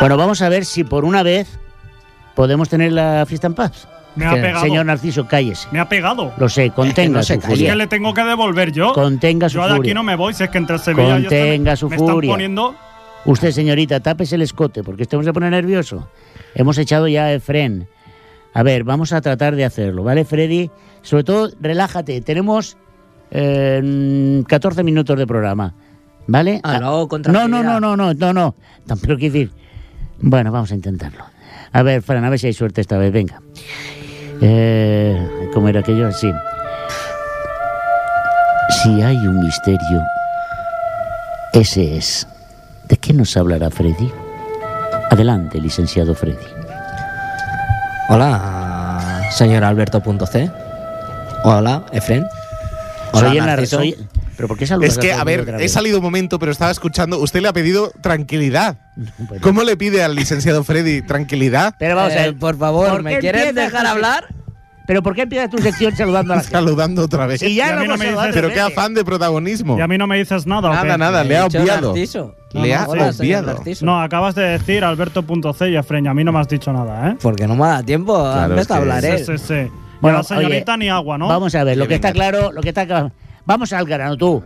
Speaker 2: Bueno, vamos a ver si por una vez podemos tener la fiesta en paz.
Speaker 6: Me ha
Speaker 5: Que el
Speaker 6: pegado.
Speaker 2: Señor Narciso, cállese.
Speaker 6: Me ha pegado.
Speaker 2: Lo sé, contenga
Speaker 5: no se
Speaker 2: su
Speaker 5: calle.
Speaker 6: Es
Speaker 2: furia.
Speaker 6: que le tengo que devolver yo.
Speaker 2: Contenga su
Speaker 6: yo de aquí
Speaker 2: furia.
Speaker 6: no me voy, si es que entre Sevilla y
Speaker 2: Contenga
Speaker 6: este
Speaker 2: su
Speaker 6: me, me están
Speaker 2: furia.
Speaker 6: poniendo.
Speaker 2: Usted, señorita, tápese el escote porque este hombre se pone nervioso. Hemos echado ya a Efren. A ver, vamos a tratar de hacerlo, ¿vale, Freddy? Sobre todo, relájate. Tenemos eh, 14 minutos de programa, ¿vale?
Speaker 5: Ah, lo hago con
Speaker 2: no, no, no,
Speaker 5: tranquilidad.
Speaker 2: no, no, no, no. Tampoco quiero decir. Bueno, vamos a intentarlo. A ver, Fran, a ver si hay suerte esta vez, venga. Eh, ¿Cómo era aquello? Sí. Si hay un misterio, ese es. ¿De qué nos hablará Freddy? Adelante, licenciado Freddy.
Speaker 5: Hola, señor Alberto.c. Hola, Efren. Hola,
Speaker 2: el nar-
Speaker 5: Narciso. Eh,
Speaker 2: soy- ¿Pero por qué saludas
Speaker 3: Es que,
Speaker 2: todo el
Speaker 3: a
Speaker 2: mundo
Speaker 3: ver,
Speaker 2: otra
Speaker 3: he
Speaker 2: vez?
Speaker 3: salido un momento, pero estaba escuchando. Usted le ha pedido tranquilidad.
Speaker 2: Bueno.
Speaker 3: ¿Cómo le pide al licenciado Freddy tranquilidad?
Speaker 2: Pero vamos a
Speaker 5: Eh,
Speaker 2: ver.
Speaker 5: por favor,
Speaker 2: ¿por
Speaker 5: ¿me
Speaker 2: qué
Speaker 5: quieres
Speaker 2: empiezas
Speaker 5: dejar
Speaker 2: tu-
Speaker 5: hablar?
Speaker 2: ¿Pero por qué empiezas tu sección saludando a la gente?
Speaker 3: Saludando otra vez.
Speaker 2: Si ya
Speaker 6: Y a
Speaker 2: lo
Speaker 6: mí no
Speaker 2: hemos
Speaker 6: me
Speaker 2: saludado
Speaker 6: dices-
Speaker 3: Pero
Speaker 2: tres
Speaker 3: qué
Speaker 2: veces.
Speaker 3: afán de protagonismo.
Speaker 6: Y a mí no me dices nada. ¿o
Speaker 3: Nada,
Speaker 6: qué?
Speaker 3: nada, le ha
Speaker 5: He dicho
Speaker 3: obviado.
Speaker 5: Narciso.
Speaker 3: Le
Speaker 5: No,
Speaker 3: ha
Speaker 5: hola, señor
Speaker 3: obviado.
Speaker 5: Narciso.
Speaker 6: No, acabas de decir Alberto.c y Efren, y a mí no me has dicho nada, ¿eh?
Speaker 5: Porque no me da tiempo, antes te
Speaker 1: es que-
Speaker 5: hablaré.
Speaker 6: Sí, sí, sí.
Speaker 2: Bueno,
Speaker 6: Bueno, la señorita
Speaker 2: oye,
Speaker 6: ni agua, ¿no?
Speaker 2: Vamos a ver, lo
Speaker 3: Que
Speaker 2: que está
Speaker 3: venga.
Speaker 2: claro, lo que está claro. Vamos al grano, tú.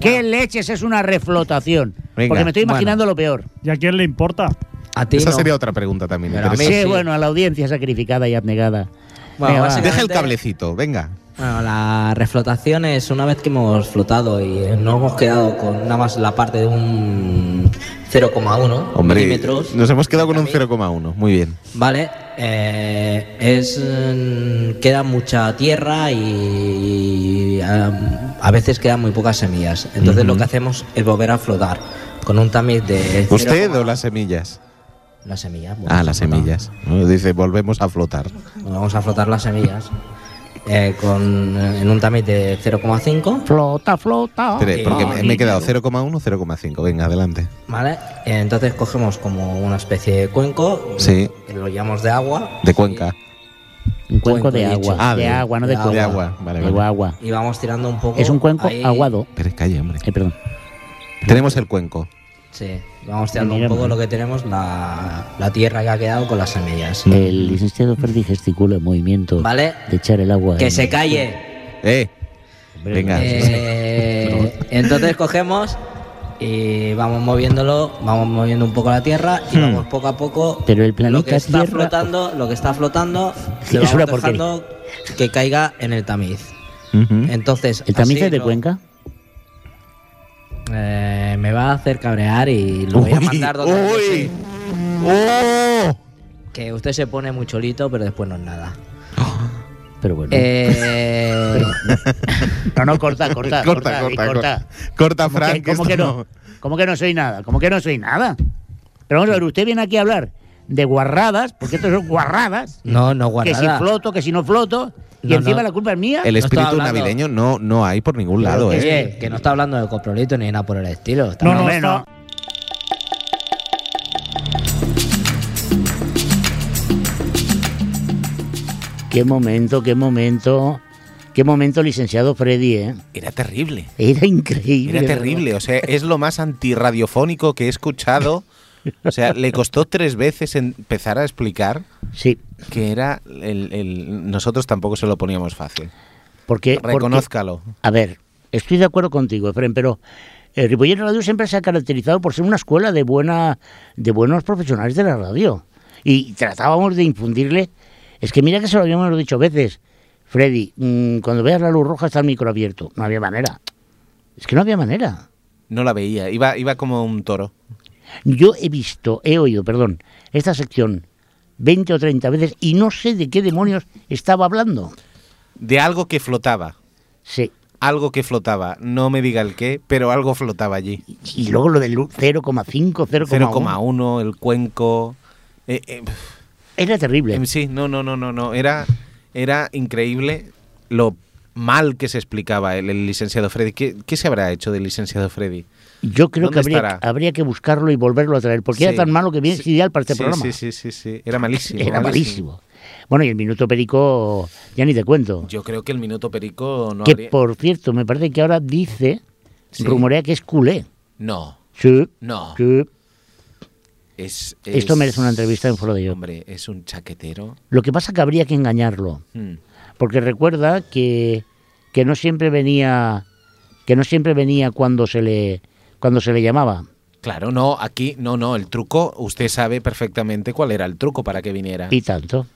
Speaker 2: ¿Qué leches es una reflotación?
Speaker 3: Venga,
Speaker 2: Porque me estoy
Speaker 5: bueno.
Speaker 2: imaginando lo peor.
Speaker 6: ¿Y a quién le importa?
Speaker 5: A ti
Speaker 3: Esa
Speaker 5: no.
Speaker 3: sería otra pregunta también. ¿eh?
Speaker 5: Pero a mí
Speaker 2: Sí,
Speaker 3: interesante.
Speaker 5: sí.
Speaker 2: bueno, a la audiencia sacrificada y abnegada.
Speaker 5: Bueno,
Speaker 2: Venga, va.
Speaker 5: básicamente-
Speaker 3: Deja el cablecito, venga.
Speaker 5: Bueno, la reflotación es una vez que hemos flotado y eh, nos hemos quedado con nada más la parte de un 0,1
Speaker 3: Hombre,
Speaker 5: milímetros.
Speaker 3: nos hemos quedado con un 0,1. Muy bien.
Speaker 5: Vale, eh, es mm, queda mucha tierra y, y, ah, a veces quedan muy pocas semillas. Entonces lo que hacemos es volver a flotar con un tamiz de
Speaker 3: ¿Usted
Speaker 5: 0,1.
Speaker 3: o las semillas?
Speaker 5: las semillas? bueno,
Speaker 3: Ah,
Speaker 5: se
Speaker 3: las
Speaker 5: flota.
Speaker 3: semillas. ¿no? Dice, volvemos a flotar.
Speaker 5: Bueno, Vamos a flotar las semillas eh, con en un tamiz de 0,5.
Speaker 2: Flota, flota.
Speaker 3: Espere, porque me, me he
Speaker 5: bonito.
Speaker 3: quedado 0,1, 0,5. Venga, adelante.
Speaker 5: ¿Vale? Entonces cogemos como una especie de cuenco,
Speaker 3: Sí.
Speaker 5: que lo llamamos de agua,
Speaker 3: De Cuenca.
Speaker 2: Un cuenco
Speaker 5: Cuenco
Speaker 2: de
Speaker 5: de
Speaker 2: agua.
Speaker 5: leche.
Speaker 3: Ah,
Speaker 2: de,
Speaker 3: de-
Speaker 2: agua, no de,
Speaker 5: de
Speaker 2: cuenco.
Speaker 3: De agua, vale,
Speaker 2: De
Speaker 3: vale.
Speaker 2: agua.
Speaker 5: y vamos tirando un poco.
Speaker 2: Es un cuenco
Speaker 5: ahí-
Speaker 2: aguado.
Speaker 3: Espere, calle, hombre.
Speaker 2: Eh, perdón.
Speaker 3: Tenemos el cuenco.
Speaker 5: Sí, vamos tirando
Speaker 2: Mira,
Speaker 5: un poco
Speaker 2: mira.
Speaker 5: lo que tenemos, la, la tierra que ha quedado con las semillas.
Speaker 2: El licenciado Ferdi gesticula el movimiento
Speaker 5: ¿Vale?
Speaker 2: de echar el agua.
Speaker 5: Que
Speaker 2: en-
Speaker 5: se calle.
Speaker 3: Eh, venga.
Speaker 5: Eh, entonces cogemos y vamos moviéndolo, vamos moviendo un poco la tierra y vamos poco a poco.
Speaker 2: Hmm. Pero el
Speaker 5: lo que
Speaker 2: planeta
Speaker 5: está
Speaker 2: Tierra-
Speaker 5: flotando, lo que está flotando,
Speaker 2: Sí,
Speaker 5: lo
Speaker 2: es una
Speaker 5: vamos dejando que caiga en el tamiz.
Speaker 3: Ujú.
Speaker 5: Entonces,
Speaker 2: Hmm. ¿El tamiz
Speaker 5: así
Speaker 2: es de
Speaker 5: lo-
Speaker 2: Cuenca?
Speaker 5: Eh, me va a hacer cabrear y lo voy a
Speaker 3: Uy,
Speaker 5: mandar donde yo
Speaker 3: uy.
Speaker 5: sé
Speaker 3: ¡Oh!
Speaker 5: que usted se pone muy cholito, pero después no es nada.
Speaker 2: Pero bueno.
Speaker 5: Eh,
Speaker 2: No, no, corta, corta. corta,
Speaker 3: Corta,
Speaker 2: y
Speaker 3: corta, corta. Corta,
Speaker 2: ¿Cómo que-
Speaker 3: Frank.
Speaker 2: ¿Cómo
Speaker 3: esto
Speaker 2: que no? ¿Cómo que no soy nada? ¿Cómo que no soy nada? Pero vamos a ver, usted viene aquí a hablar de guarradas, porque esto son guarradas.
Speaker 5: no, no guarda.
Speaker 2: Que si floto, que si no floto. Y
Speaker 5: No,
Speaker 2: encima
Speaker 5: no.
Speaker 2: la culpa es mía.
Speaker 3: El
Speaker 5: No estaba
Speaker 3: espíritu
Speaker 5: hablando.
Speaker 3: navideño no, no hay por ningún lado, ¿eh?
Speaker 5: Oye, que no está hablando de coprolito ni nada por el estilo. Está
Speaker 6: No,
Speaker 5: hablando-
Speaker 6: no,
Speaker 2: Hombre,
Speaker 6: está-
Speaker 2: Qué momento, qué momento. Qué momento, licenciado Freddy, ¿eh?
Speaker 3: Era terrible.
Speaker 2: Era increíble.
Speaker 3: Era terrible. O sea, es lo más antirradiofónico que he escuchado. O sea, le costó tres veces empezar a explicar
Speaker 2: ¿verdad? Sí,
Speaker 3: que era el, el- nosotros tampoco se lo poníamos fácil.
Speaker 2: porque... porque-
Speaker 3: Reconózcalo.
Speaker 2: a ver, estoy de acuerdo contigo, Efren, pero eh, Ripollet Radio siempre se ha caracterizado por ser una escuela de, buena, de buenos profesionales de la radio. Y tratábamos de infundirle... Es que mira que se lo habíamos dicho veces. Freddy, mm, cuando veas la luz roja está el micro abierto. No había manera. Es que no había manera.
Speaker 3: No la veía, iba, iba como un toro.
Speaker 2: Yo he visto, he oído, perdón, esta sección 20 o 30 veces y no sé de qué demonios estaba hablando.
Speaker 3: De algo que flotaba.
Speaker 2: Sí.
Speaker 3: Algo que flotaba. No me diga el qué, pero algo flotaba allí.
Speaker 2: Y luego lo del 0,5, 0,1.
Speaker 3: 0,1, el cuenco. Eh, eh,
Speaker 2: Era terrible.
Speaker 3: em, sí, no, no, no, no, no. Era, era increíble lo mal que se explicaba el, el licenciado Freddy. ¿Qué, qué se habrá hecho del licenciado Freddy?
Speaker 2: Yo creo que
Speaker 3: ¿dónde
Speaker 2: habría,
Speaker 3: estará?
Speaker 2: habría que buscarlo y volverlo a traer, porque era
Speaker 3: Sí.
Speaker 2: tan malo que bien es
Speaker 3: Sí,
Speaker 2: ideal para este
Speaker 3: sí,
Speaker 2: programa.
Speaker 3: Sí, sí, sí, sí. Era malísimo.
Speaker 2: Era malísimo. Bueno, y el minuto perico, ya ni te cuento.
Speaker 3: Yo creo que el minuto perico no
Speaker 2: que
Speaker 3: habría-
Speaker 2: por cierto, me parece que ahora dice,
Speaker 3: Sí.
Speaker 2: rumorea que es culé.
Speaker 3: No,
Speaker 2: Sí,
Speaker 3: no.
Speaker 2: sí.
Speaker 3: Es, es-
Speaker 2: Esto merece una entrevista en Foro de Yo.
Speaker 3: Hombre, es un chaquetero.
Speaker 2: Lo que pasa que habría que engañarlo.
Speaker 3: Mm.
Speaker 2: Porque recuerda que, que no siempre venía que no siempre venía cuando se le cuando se le llamaba.
Speaker 3: Claro, no, aquí, no, no, el truco, usted sabe perfectamente cuál era el truco para que viniera.
Speaker 2: Y tanto.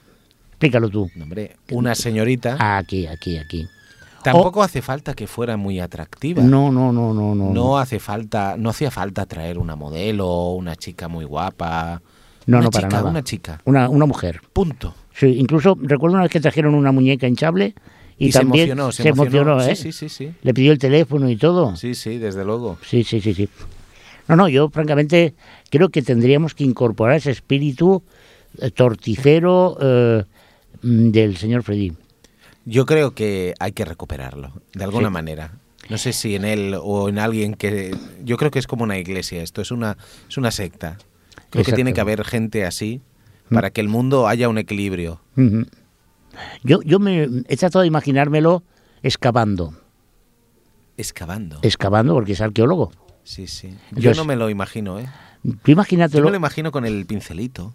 Speaker 2: Explícalo tú.
Speaker 3: No, Hombre, una señorita
Speaker 2: Aquí, aquí, aquí.
Speaker 3: tampoco hace falta que fuera muy atractiva.
Speaker 2: oh. No, no, no, no, no.
Speaker 3: No hace falta, no hacía falta traer una modelo, una chica muy guapa.
Speaker 2: No,
Speaker 3: una
Speaker 2: no, para
Speaker 3: chica,
Speaker 2: nada.
Speaker 3: Una chica.
Speaker 2: Una, una mujer.
Speaker 3: Punto.
Speaker 2: Sí, incluso recuerdo una vez que trajeron una muñeca hinchable y,
Speaker 3: Y, se
Speaker 2: también
Speaker 3: emocionó, se, emocionó.
Speaker 2: ¿eh?
Speaker 3: Sí, sí, sí, sí.
Speaker 2: Le pidió el teléfono y todo.
Speaker 3: Sí, sí, desde luego.
Speaker 2: Sí, sí, sí, sí. No, no, yo francamente creo que tendríamos que incorporar ese espíritu eh, torticero eh, mm, del señor Freddy.
Speaker 3: Yo creo que hay que recuperarlo, de alguna
Speaker 2: Sí.
Speaker 3: manera. No sé si en él o en alguien que... Yo creo que es como una iglesia esto, es una, es una secta. Creo que
Speaker 2: Exacto.
Speaker 3: tiene
Speaker 2: Mm.
Speaker 3: que haber gente así para que el mundo haya un equilibrio.
Speaker 2: Ujú. Yo, yo me he tratado de imaginármelo excavando,
Speaker 3: Excavando.
Speaker 2: excavando porque es arqueólogo.
Speaker 3: Sí, sí. Yo
Speaker 2: Entonces-
Speaker 3: no me lo imagino, ¿eh?
Speaker 2: Tú
Speaker 3: Yo
Speaker 2: imagínatelo.
Speaker 3: me lo imagino con el pincelito.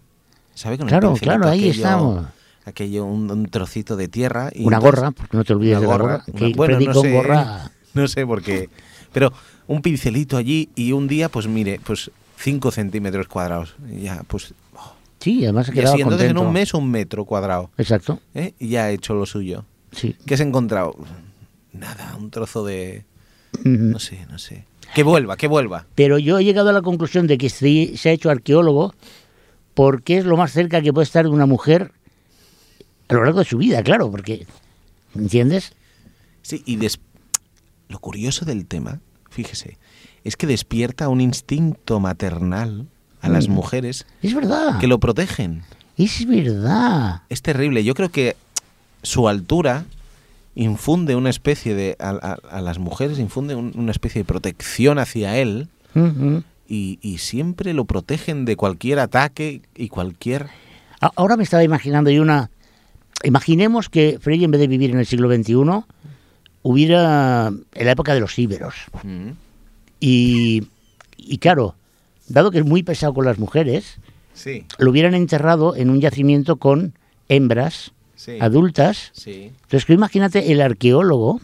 Speaker 3: ¿Sabe? Con
Speaker 2: Claro,
Speaker 3: el pincelito.
Speaker 2: claro, ahí estamos.
Speaker 3: Aquello, un, un trocito de tierra. Y
Speaker 2: Una
Speaker 3: entonces-
Speaker 2: gorra, porque no te olvides
Speaker 3: una
Speaker 2: de la gorra.
Speaker 3: una-
Speaker 2: que
Speaker 3: bueno,
Speaker 2: Freddy
Speaker 3: no
Speaker 2: con
Speaker 3: sé,
Speaker 2: gorra.
Speaker 3: No sé por qué. Pero un pincelito allí y un día, pues mire, pues 5 centímetros cuadrados. Y Ya, pues. oh.
Speaker 2: Sí, además ha
Speaker 3: Y así,
Speaker 2: quedado
Speaker 3: entonces en
Speaker 2: contento.
Speaker 3: un mes un metro cuadrado.
Speaker 2: Exacto,
Speaker 3: ¿eh? Y ya ha hecho lo suyo.
Speaker 2: sí.
Speaker 3: ¿Qué has encontrado? Nada, un trozo de.
Speaker 2: Ujú.
Speaker 3: No sé, no sé. Que vuelva, que vuelva.
Speaker 2: Pero yo he llegado a la conclusión de que sí se ha hecho arqueólogo porque es lo más cerca que puede estar de una mujer a lo largo de su vida, claro, porque, ¿entiendes?
Speaker 3: Sí, y des- lo curioso del tema, fíjese, es que despierta un instinto maternal a las
Speaker 2: Mm. Ah.
Speaker 3: mujeres
Speaker 2: Es verdad,
Speaker 3: que lo protegen.
Speaker 2: es verdad.
Speaker 3: Es terrible. Yo creo que su altura infunde una especie de. A, a- a las mujeres infunde un- una especie de protección hacia él
Speaker 2: Ujú.
Speaker 3: y, y siempre lo protegen de cualquier ataque y cualquier.
Speaker 2: A- Ahora me estaba imaginando yo una... Imaginemos que Freire, en vez de vivir en el siglo XXI, hubiera en la época de los íberos.
Speaker 3: Mm,
Speaker 2: Y, y claro, dado que es muy pesado con las mujeres,
Speaker 3: Sí,
Speaker 2: lo hubieran enterrado en un yacimiento con hembras
Speaker 3: sí.
Speaker 2: adultas.
Speaker 3: Sí.
Speaker 2: Entonces, que imagínate el arqueólogo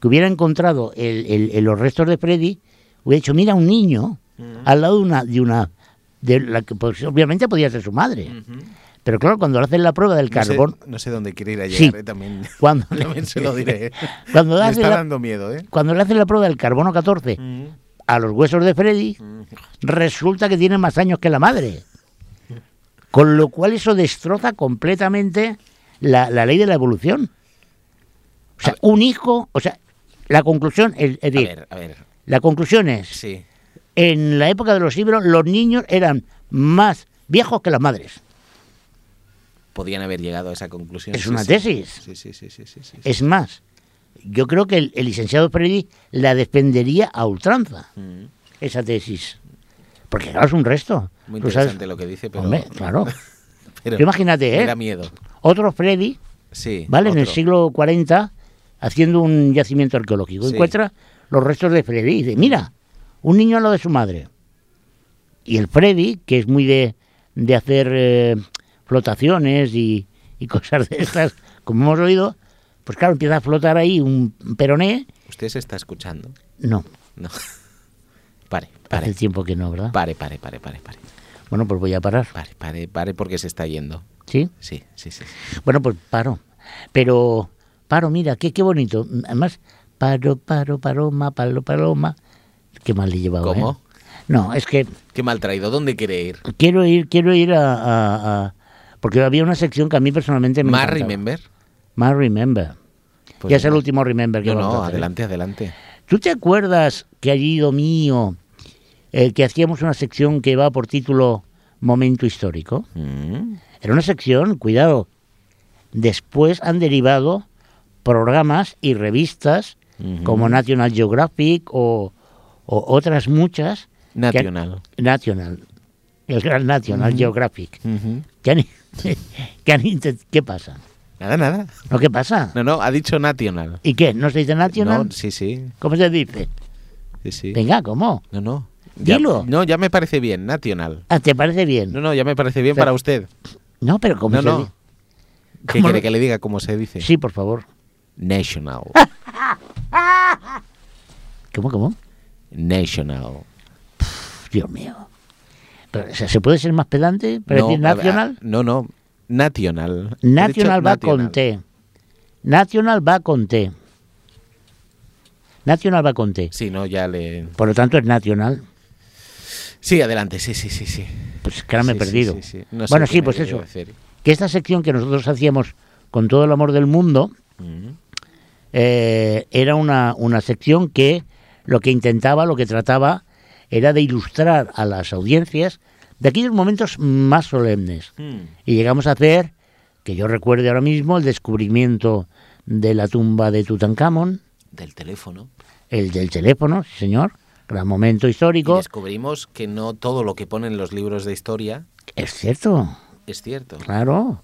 Speaker 2: que hubiera encontrado el- el- el- los restos de Freddy, hubiera dicho, mira, un niño al lado de una... De una de la que pues, obviamente podía ser su madre. Pero claro, cuando le hacen la prueba del
Speaker 3: No sé-
Speaker 2: carbón,
Speaker 3: No sé, dónde quiere ir a
Speaker 2: Sí.
Speaker 3: llegar, eh, también.
Speaker 2: cuando, le-
Speaker 3: También se lo diré.
Speaker 2: Cuando
Speaker 3: Me
Speaker 2: das
Speaker 3: está
Speaker 2: la-
Speaker 3: dando miedo, ¿eh?
Speaker 2: cuando le hacen la prueba del carbono 14
Speaker 3: Mm.
Speaker 2: a los huesos de Freddy, resulta que tiene más años que la madre. Con lo cual eso destroza completamente la, la ley de la evolución. O sea, un hijo, o sea, la conclusión, es, es
Speaker 3: A
Speaker 2: decir,
Speaker 3: ver, a ver.
Speaker 2: la conclusión es,
Speaker 3: Sí.
Speaker 2: en la época de los libros los niños eran más viejos que las madres.
Speaker 3: Podían haber llegado a esa conclusión.
Speaker 2: Es
Speaker 3: sí,
Speaker 2: una
Speaker 3: sí.
Speaker 2: tesis.
Speaker 3: Sí, sí, sí, sí, sí, sí.
Speaker 2: Es más, yo creo que el, el licenciado Freddy la defendería a ultranza,
Speaker 3: Mm.
Speaker 2: esa tesis. Porque claro, es un resto.
Speaker 3: Muy
Speaker 2: Tú sabes-
Speaker 3: interesante lo que dice, pero.
Speaker 2: Hombre, claro.
Speaker 3: pero
Speaker 2: Tú imagínate,
Speaker 3: me
Speaker 2: ¿eh?
Speaker 3: da miedo.
Speaker 2: Otro Freddy,
Speaker 3: Sí.
Speaker 2: ¿vale? En el
Speaker 3: otro.
Speaker 2: siglo 40, haciendo un yacimiento arqueológico,
Speaker 3: Sí.
Speaker 2: encuentra los restos de Freddy y dice, mira, un niño a lo de su madre. Y el Freddy, que es muy de, de hacer eh, flotaciones y, y cosas de estas, como hemos oído, pues claro, empieza a flotar ahí un peroné.
Speaker 3: ¿Usted se está escuchando?
Speaker 2: No,
Speaker 3: No. Pare,
Speaker 2: hace
Speaker 3: pare.
Speaker 2: tiempo que no, ¿verdad?
Speaker 3: Pare, pare, pare, pare, pare.
Speaker 2: Bueno, pues voy a parar,
Speaker 3: Pare, pare, pare, porque se está yendo.
Speaker 2: ¿sí?
Speaker 3: Sí, sí, sí. sí.
Speaker 2: Bueno, pues paro. Pero, paro, mira, qué, qué bonito. Además, paro, paro, paloma, palo, paloma. Qué mal le he llevado, ¿eh?
Speaker 3: ¿Cómo?
Speaker 2: No, es que
Speaker 3: Qué mal traído. ¿Dónde quiere ir?
Speaker 2: quiero ir, quiero ir a, a- a- Porque había una sección que a mí personalmente me
Speaker 3: ¿Más
Speaker 2: encantaba.
Speaker 3: Remember?
Speaker 2: Más Remember.
Speaker 3: Pues
Speaker 2: ya es el
Speaker 3: venga.
Speaker 2: último Remember que
Speaker 3: No,
Speaker 2: vamos a
Speaker 3: no,
Speaker 2: hacer.
Speaker 3: adelante, adelante.
Speaker 2: ¿Tú te acuerdas que allí, ido mío, eh, que hacíamos una sección que va por título Momento Histórico?
Speaker 3: Mm.
Speaker 2: Era una sección, cuidado. Después han derivado programas y revistas
Speaker 3: Ujú.
Speaker 2: como National Geographic o, o otras muchas. que han-
Speaker 3: National.
Speaker 2: National. El gran National Geographic.
Speaker 3: Ujú.
Speaker 2: Que han, que han intent- ¿Qué pasa?
Speaker 3: Nada, nada.
Speaker 2: ¿No qué pasa?
Speaker 3: No, no, ha dicho National.
Speaker 2: ¿Y qué? ¿No se dice National?
Speaker 3: No, sí, sí.
Speaker 2: ¿Cómo se dice?
Speaker 3: sí, sí.
Speaker 2: Venga, ¿cómo?
Speaker 3: No, no. Ya-
Speaker 2: Dilo.
Speaker 3: no, ya me parece bien, nacional.
Speaker 2: Ah, ¿Te parece bien?
Speaker 3: No, no, ya me parece bien
Speaker 2: Pero-
Speaker 3: para usted.
Speaker 2: No, pero como
Speaker 3: No, no. ¿Qué
Speaker 2: ¿Cómo
Speaker 3: quiere
Speaker 2: no?
Speaker 3: que le diga cómo se dice?
Speaker 2: Sí, Ah. por favor.
Speaker 3: National.
Speaker 2: ¿Cómo, cómo?
Speaker 3: National.
Speaker 2: Dios mío. Pero, o sea, ¿Se puede ser más pedante para decir
Speaker 3: a- a-
Speaker 2: nacional?
Speaker 3: No, no. National. He
Speaker 2: Nacional
Speaker 3: dicho
Speaker 2: va
Speaker 3: nacional.
Speaker 2: con T. Nacional va con T. Nacional va con T.
Speaker 3: Sí, no, ya le.
Speaker 2: Por lo tanto es nacional.
Speaker 3: Sí, adelante, sí, sí, sí. sí.
Speaker 2: Pues que ahora me he
Speaker 3: Sí, sí,
Speaker 2: perdido.
Speaker 3: sí, sí. No sé
Speaker 2: bueno,
Speaker 3: qué
Speaker 2: sí,
Speaker 3: me
Speaker 2: pues
Speaker 3: quería
Speaker 2: eso.
Speaker 3: decir.
Speaker 2: Que esta sección que nosotros hacíamos con todo el amor del mundo
Speaker 3: Mm.
Speaker 2: eh, era una, una sección que lo que intentaba, lo que trataba, era de ilustrar a las audiencias de aquellos momentos más solemnes.
Speaker 3: Mm.
Speaker 2: Y llegamos a hacer, que yo recuerde ahora mismo, el descubrimiento de la tumba de Tutankamón,
Speaker 3: Del teléfono.
Speaker 2: el del teléfono, sí señor, gran momento
Speaker 3: Y
Speaker 2: histórico.
Speaker 3: descubrimos que no todo lo que ponen los libros de historia
Speaker 2: Es cierto,
Speaker 3: es cierto.
Speaker 2: claro.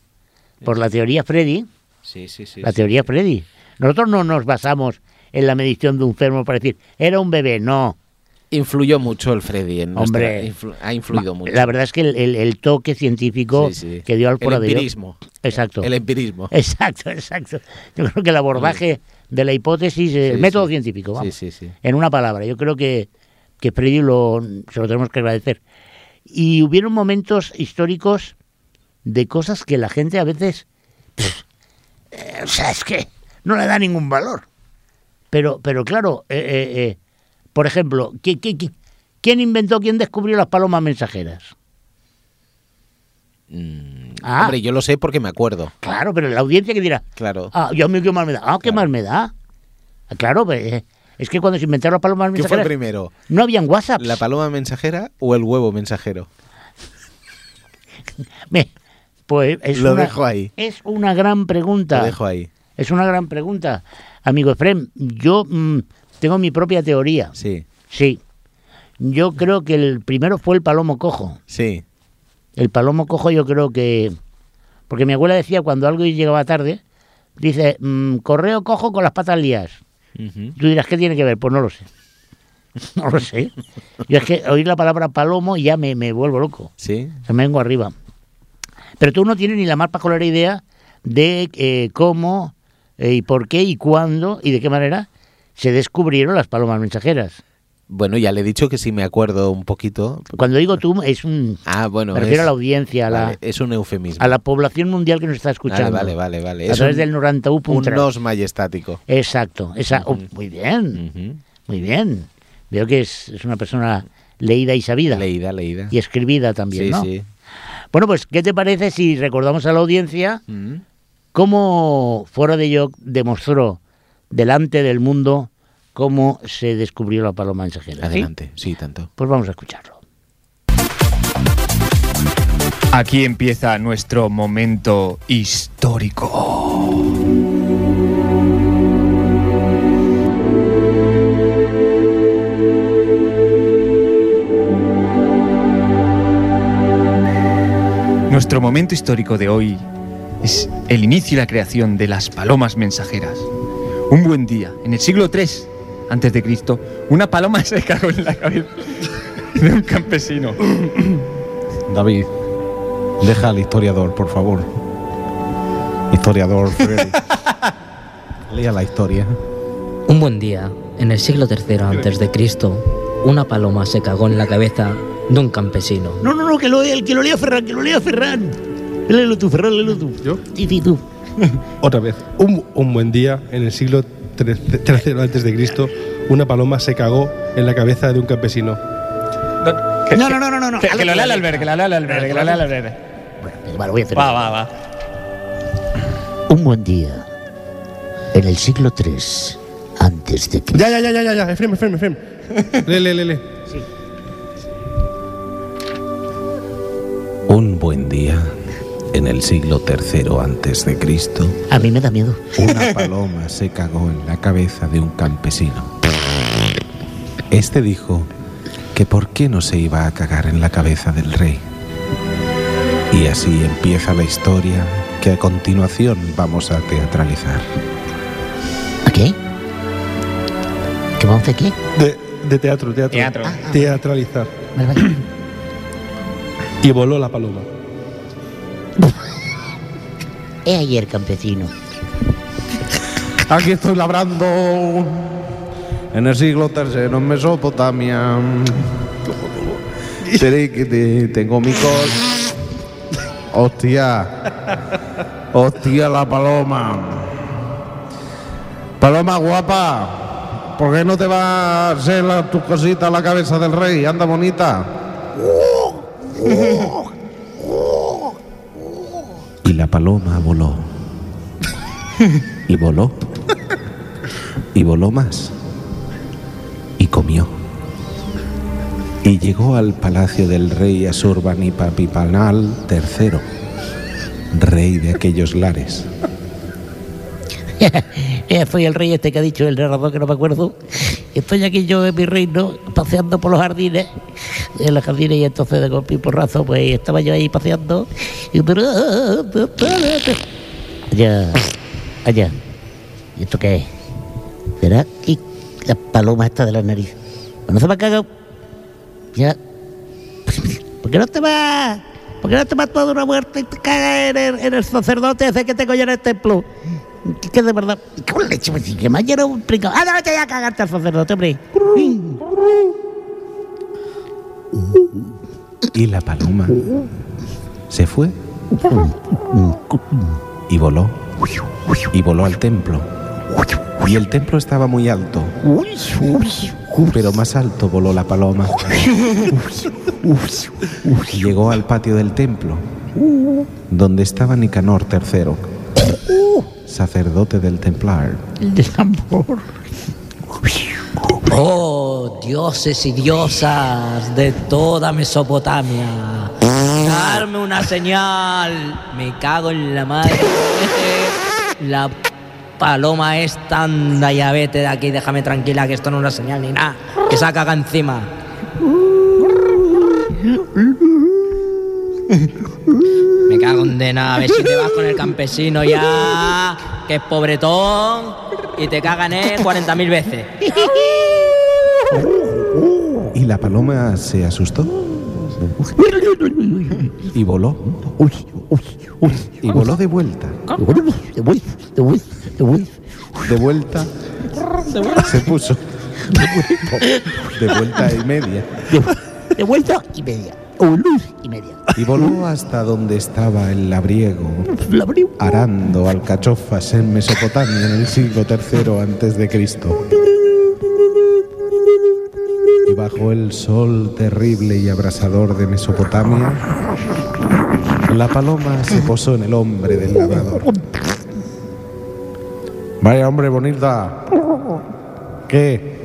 Speaker 2: Por la teoría Freddy,
Speaker 3: Sí, sí, sí.
Speaker 2: la
Speaker 3: sí.
Speaker 2: teoría Freddy. Nosotros no nos basamos en la medición de un enfermo para decir, era un bebé, no.
Speaker 3: Influyó mucho el Freddy en nuestra-
Speaker 2: Hombre.
Speaker 3: influ- ha influido
Speaker 2: Ma-
Speaker 3: mucho.
Speaker 2: La verdad es que el, el- el toque científico
Speaker 3: Sí, sí.
Speaker 2: que dio al
Speaker 3: El
Speaker 2: Pura de Dios-
Speaker 3: empirismo.
Speaker 2: Exacto. Eh,
Speaker 3: El empirismo.
Speaker 2: Exacto, exacto. Yo creo que el abordaje de la hipótesis, eh, el
Speaker 3: Sí,
Speaker 2: método
Speaker 3: sí.
Speaker 2: científico, vamos.
Speaker 3: Sí, sí, sí.
Speaker 2: En una palabra, yo creo que, que Freddy lo, se lo tenemos que agradecer. Y hubieron momentos históricos de cosas que la gente a veces. pff, eh, o sea, es que no le da ningún valor. Pero, pero claro, eh, eh, eh, por ejemplo, ¿qui- qui- qui- ¿quién inventó, quién descubrió las palomas mensajeras?
Speaker 3: Mm,
Speaker 2: Ah.
Speaker 3: Hombre, yo lo sé porque me acuerdo.
Speaker 2: Claro, pero la audiencia que dirá,
Speaker 3: Claro.
Speaker 2: Ah, yo mío, qué mal me da. Ah, qué
Speaker 3: Claro.
Speaker 2: mal me da. Ah, Claro, pues, eh, es que cuando se inventaron las palomas
Speaker 3: ¿Qué fue
Speaker 2: mensajeras,
Speaker 3: primero?
Speaker 2: no habían WhatsApp.
Speaker 3: ¿La paloma mensajera o el huevo mensajero?
Speaker 2: Pues es
Speaker 3: Lo
Speaker 2: una,
Speaker 3: dejo ahí.
Speaker 2: Es una gran pregunta.
Speaker 3: Lo dejo ahí.
Speaker 2: Es una gran pregunta. Amigo Efrem, yo mm, tengo mi propia teoría.
Speaker 3: Sí,
Speaker 2: Sí. Yo creo que el primero fue el palomo cojo.
Speaker 3: sí.
Speaker 2: El palomo cojo yo creo que... Porque mi abuela decía cuando algo llegaba tarde, dice, mm, correo cojo con las patas lías.
Speaker 3: Ujú.
Speaker 2: Tú dirás, ¿qué tiene que ver? Pues no lo sé. No lo sé. Yo es que oír la palabra palomo y ya me, me vuelvo loco.
Speaker 3: Sí.
Speaker 2: Se me vengo arriba. Pero tú no tienes ni la más pajolera idea de eh, cómo eh, y por qué y cuándo y de qué manera se descubrieron las palomas mensajeras.
Speaker 3: Bueno, ya le he dicho que sí me acuerdo un poquito.
Speaker 2: Cuando digo tú, es un...
Speaker 3: Ah, bueno.
Speaker 2: me refiero
Speaker 3: es-
Speaker 2: a la audiencia, a la,
Speaker 3: vale, es un eufemismo.
Speaker 2: a la población mundial que nos está
Speaker 3: Vale,
Speaker 2: escuchando.
Speaker 3: vale, vale. vale.
Speaker 2: A
Speaker 3: Es
Speaker 2: través
Speaker 3: un,
Speaker 2: del 91.
Speaker 3: un nos majestático.
Speaker 2: Exacto. Esa, oh,
Speaker 3: Ujú. Mm.
Speaker 2: muy bien.
Speaker 3: Ujú.
Speaker 2: Muy bien. Veo que es, es una persona leída y sabida.
Speaker 3: Leída, leída.
Speaker 2: Y escribida también,
Speaker 3: sí,
Speaker 2: ¿no?
Speaker 3: sí.
Speaker 2: Bueno, pues, ¿qué te parece si recordamos a la audiencia
Speaker 3: Mm.
Speaker 2: cómo Fuera de York demostró delante del mundo cómo se descubrió la paloma mensajera? ¿sí?
Speaker 3: Adelante, sí, tanto.
Speaker 2: Pues vamos a escucharlo.
Speaker 7: Aquí empieza nuestro momento histórico. Nuestro momento histórico de hoy es el inicio y la creación de las palomas mensajeras. Un buen día, en el siglo III antes de Cristo, una paloma se cagó en la cabeza de un campesino.
Speaker 1: David, deja al historiador, por favor. Historiador Freddy. Lea la historia.
Speaker 5: Un buen día, en el siglo III antes de Cristo, una paloma se cagó en la cabeza de un campesino.
Speaker 2: No, no, no, que lo, que lo lea Ferran, que lo lea Ferran. Léelo tú, Ferran, léelo tú.
Speaker 8: ¿Yo?
Speaker 2: Sí, sí, tú.
Speaker 8: Otra vez, un, un buen día, en el siglo III antes de Cristo, una paloma se cagó en la cabeza de un campesino.
Speaker 2: No, no, no, no, no. no.
Speaker 7: Que, que lo lea el albergue,
Speaker 2: Ah.
Speaker 7: que lo lea el albergue, que lo lea el albergue.
Speaker 2: Bueno, vale, voy a hacer.
Speaker 7: Va, va, va.
Speaker 2: Un buen día. En el siglo III antes de Cristo.
Speaker 8: Ya, ya, ya, ya, ya, ya, Efrem, Efrem, Efrem. Le, le, le, le.
Speaker 1: Un buen día, en el siglo III antes de Cristo,
Speaker 2: A mí me da miedo.
Speaker 1: una paloma se cagó en la cabeza de un campesino. Este dijo que por qué no se iba a cagar en la cabeza del rey. Y así empieza la historia que a continuación vamos a teatralizar.
Speaker 2: ¿A qué? ¿Qué vamos a hacer aquí?
Speaker 8: De, De teatro, teatro.
Speaker 7: Teatro.
Speaker 8: Teatralizar.
Speaker 2: Vale, vale.
Speaker 8: Y voló la paloma.
Speaker 2: He ayer, campesino.
Speaker 1: Aquí estoy labrando en el siglo III en Mesopotamia. Tiriquiti, Tengo mi col. Hostia. Hostia la paloma. Paloma guapa. ¿Por qué no te va a hacer la- tu cosita a la cabeza del rey? Anda bonita. Y la paloma voló. Y voló. Y voló más. Y comió. Y llegó al palacio del rey Asurbanipal III, rey de aquellos lares.
Speaker 2: Eh, Soy el rey este que ha dicho el narrador que no me acuerdo. Estoy aquí yo en mi reino, paseando por los jardines, en los jardines, y entonces de golpe y porrazo, pues estaba yo ahí paseando. Y pero. Allá, allá. ¿Y esto qué es? ¿Será que la paloma está de la nariz? Bueno, se me ha cagado. Ya. ¿Por qué no te vas? ¿Por qué no te vas tú a dar una muerte y te cagas en el, en el sacerdote ese que tengo yo en el templo? Que, que de verdad. ¿Qué le echo? Pues sí, Que me ha llenado un pringao. Ah, no, te voy a cagarte al sacerdote, hombre.
Speaker 1: Y la paloma se fue y voló. Y voló al templo. Y el templo estaba muy alto, pero más alto voló la paloma. Y Llegó al patio del templo, donde estaba Nicanor III, sacerdote del Templar.
Speaker 2: El desamor.
Speaker 5: Oh, dioses y diosas de toda Mesopotamia. Darme una señal. Me cago en la madre. La paloma es tan ya vete de aquí, déjame tranquila que esto no es una señal ni nada. Que se caga encima. Me cago en de nada, a ver si te vas con el campesino ya, que es pobretón, y te cagan eh 40.000 veces.
Speaker 1: Y la paloma se asustó. Y voló. Y voló de vuelta. De vuelta. Se puso. De vuelta y media.
Speaker 2: De vuelta y media. O luz y media.
Speaker 1: Y voló hasta donde estaba el labriego,
Speaker 2: La abrí.
Speaker 1: arando alcachofas en Mesopotamia en el siglo III antes de Cristo. Y bajo el sol terrible y abrasador de Mesopotamia, la paloma se posó en el hombre del labrador. Vaya hombre bonita. ¿Qué?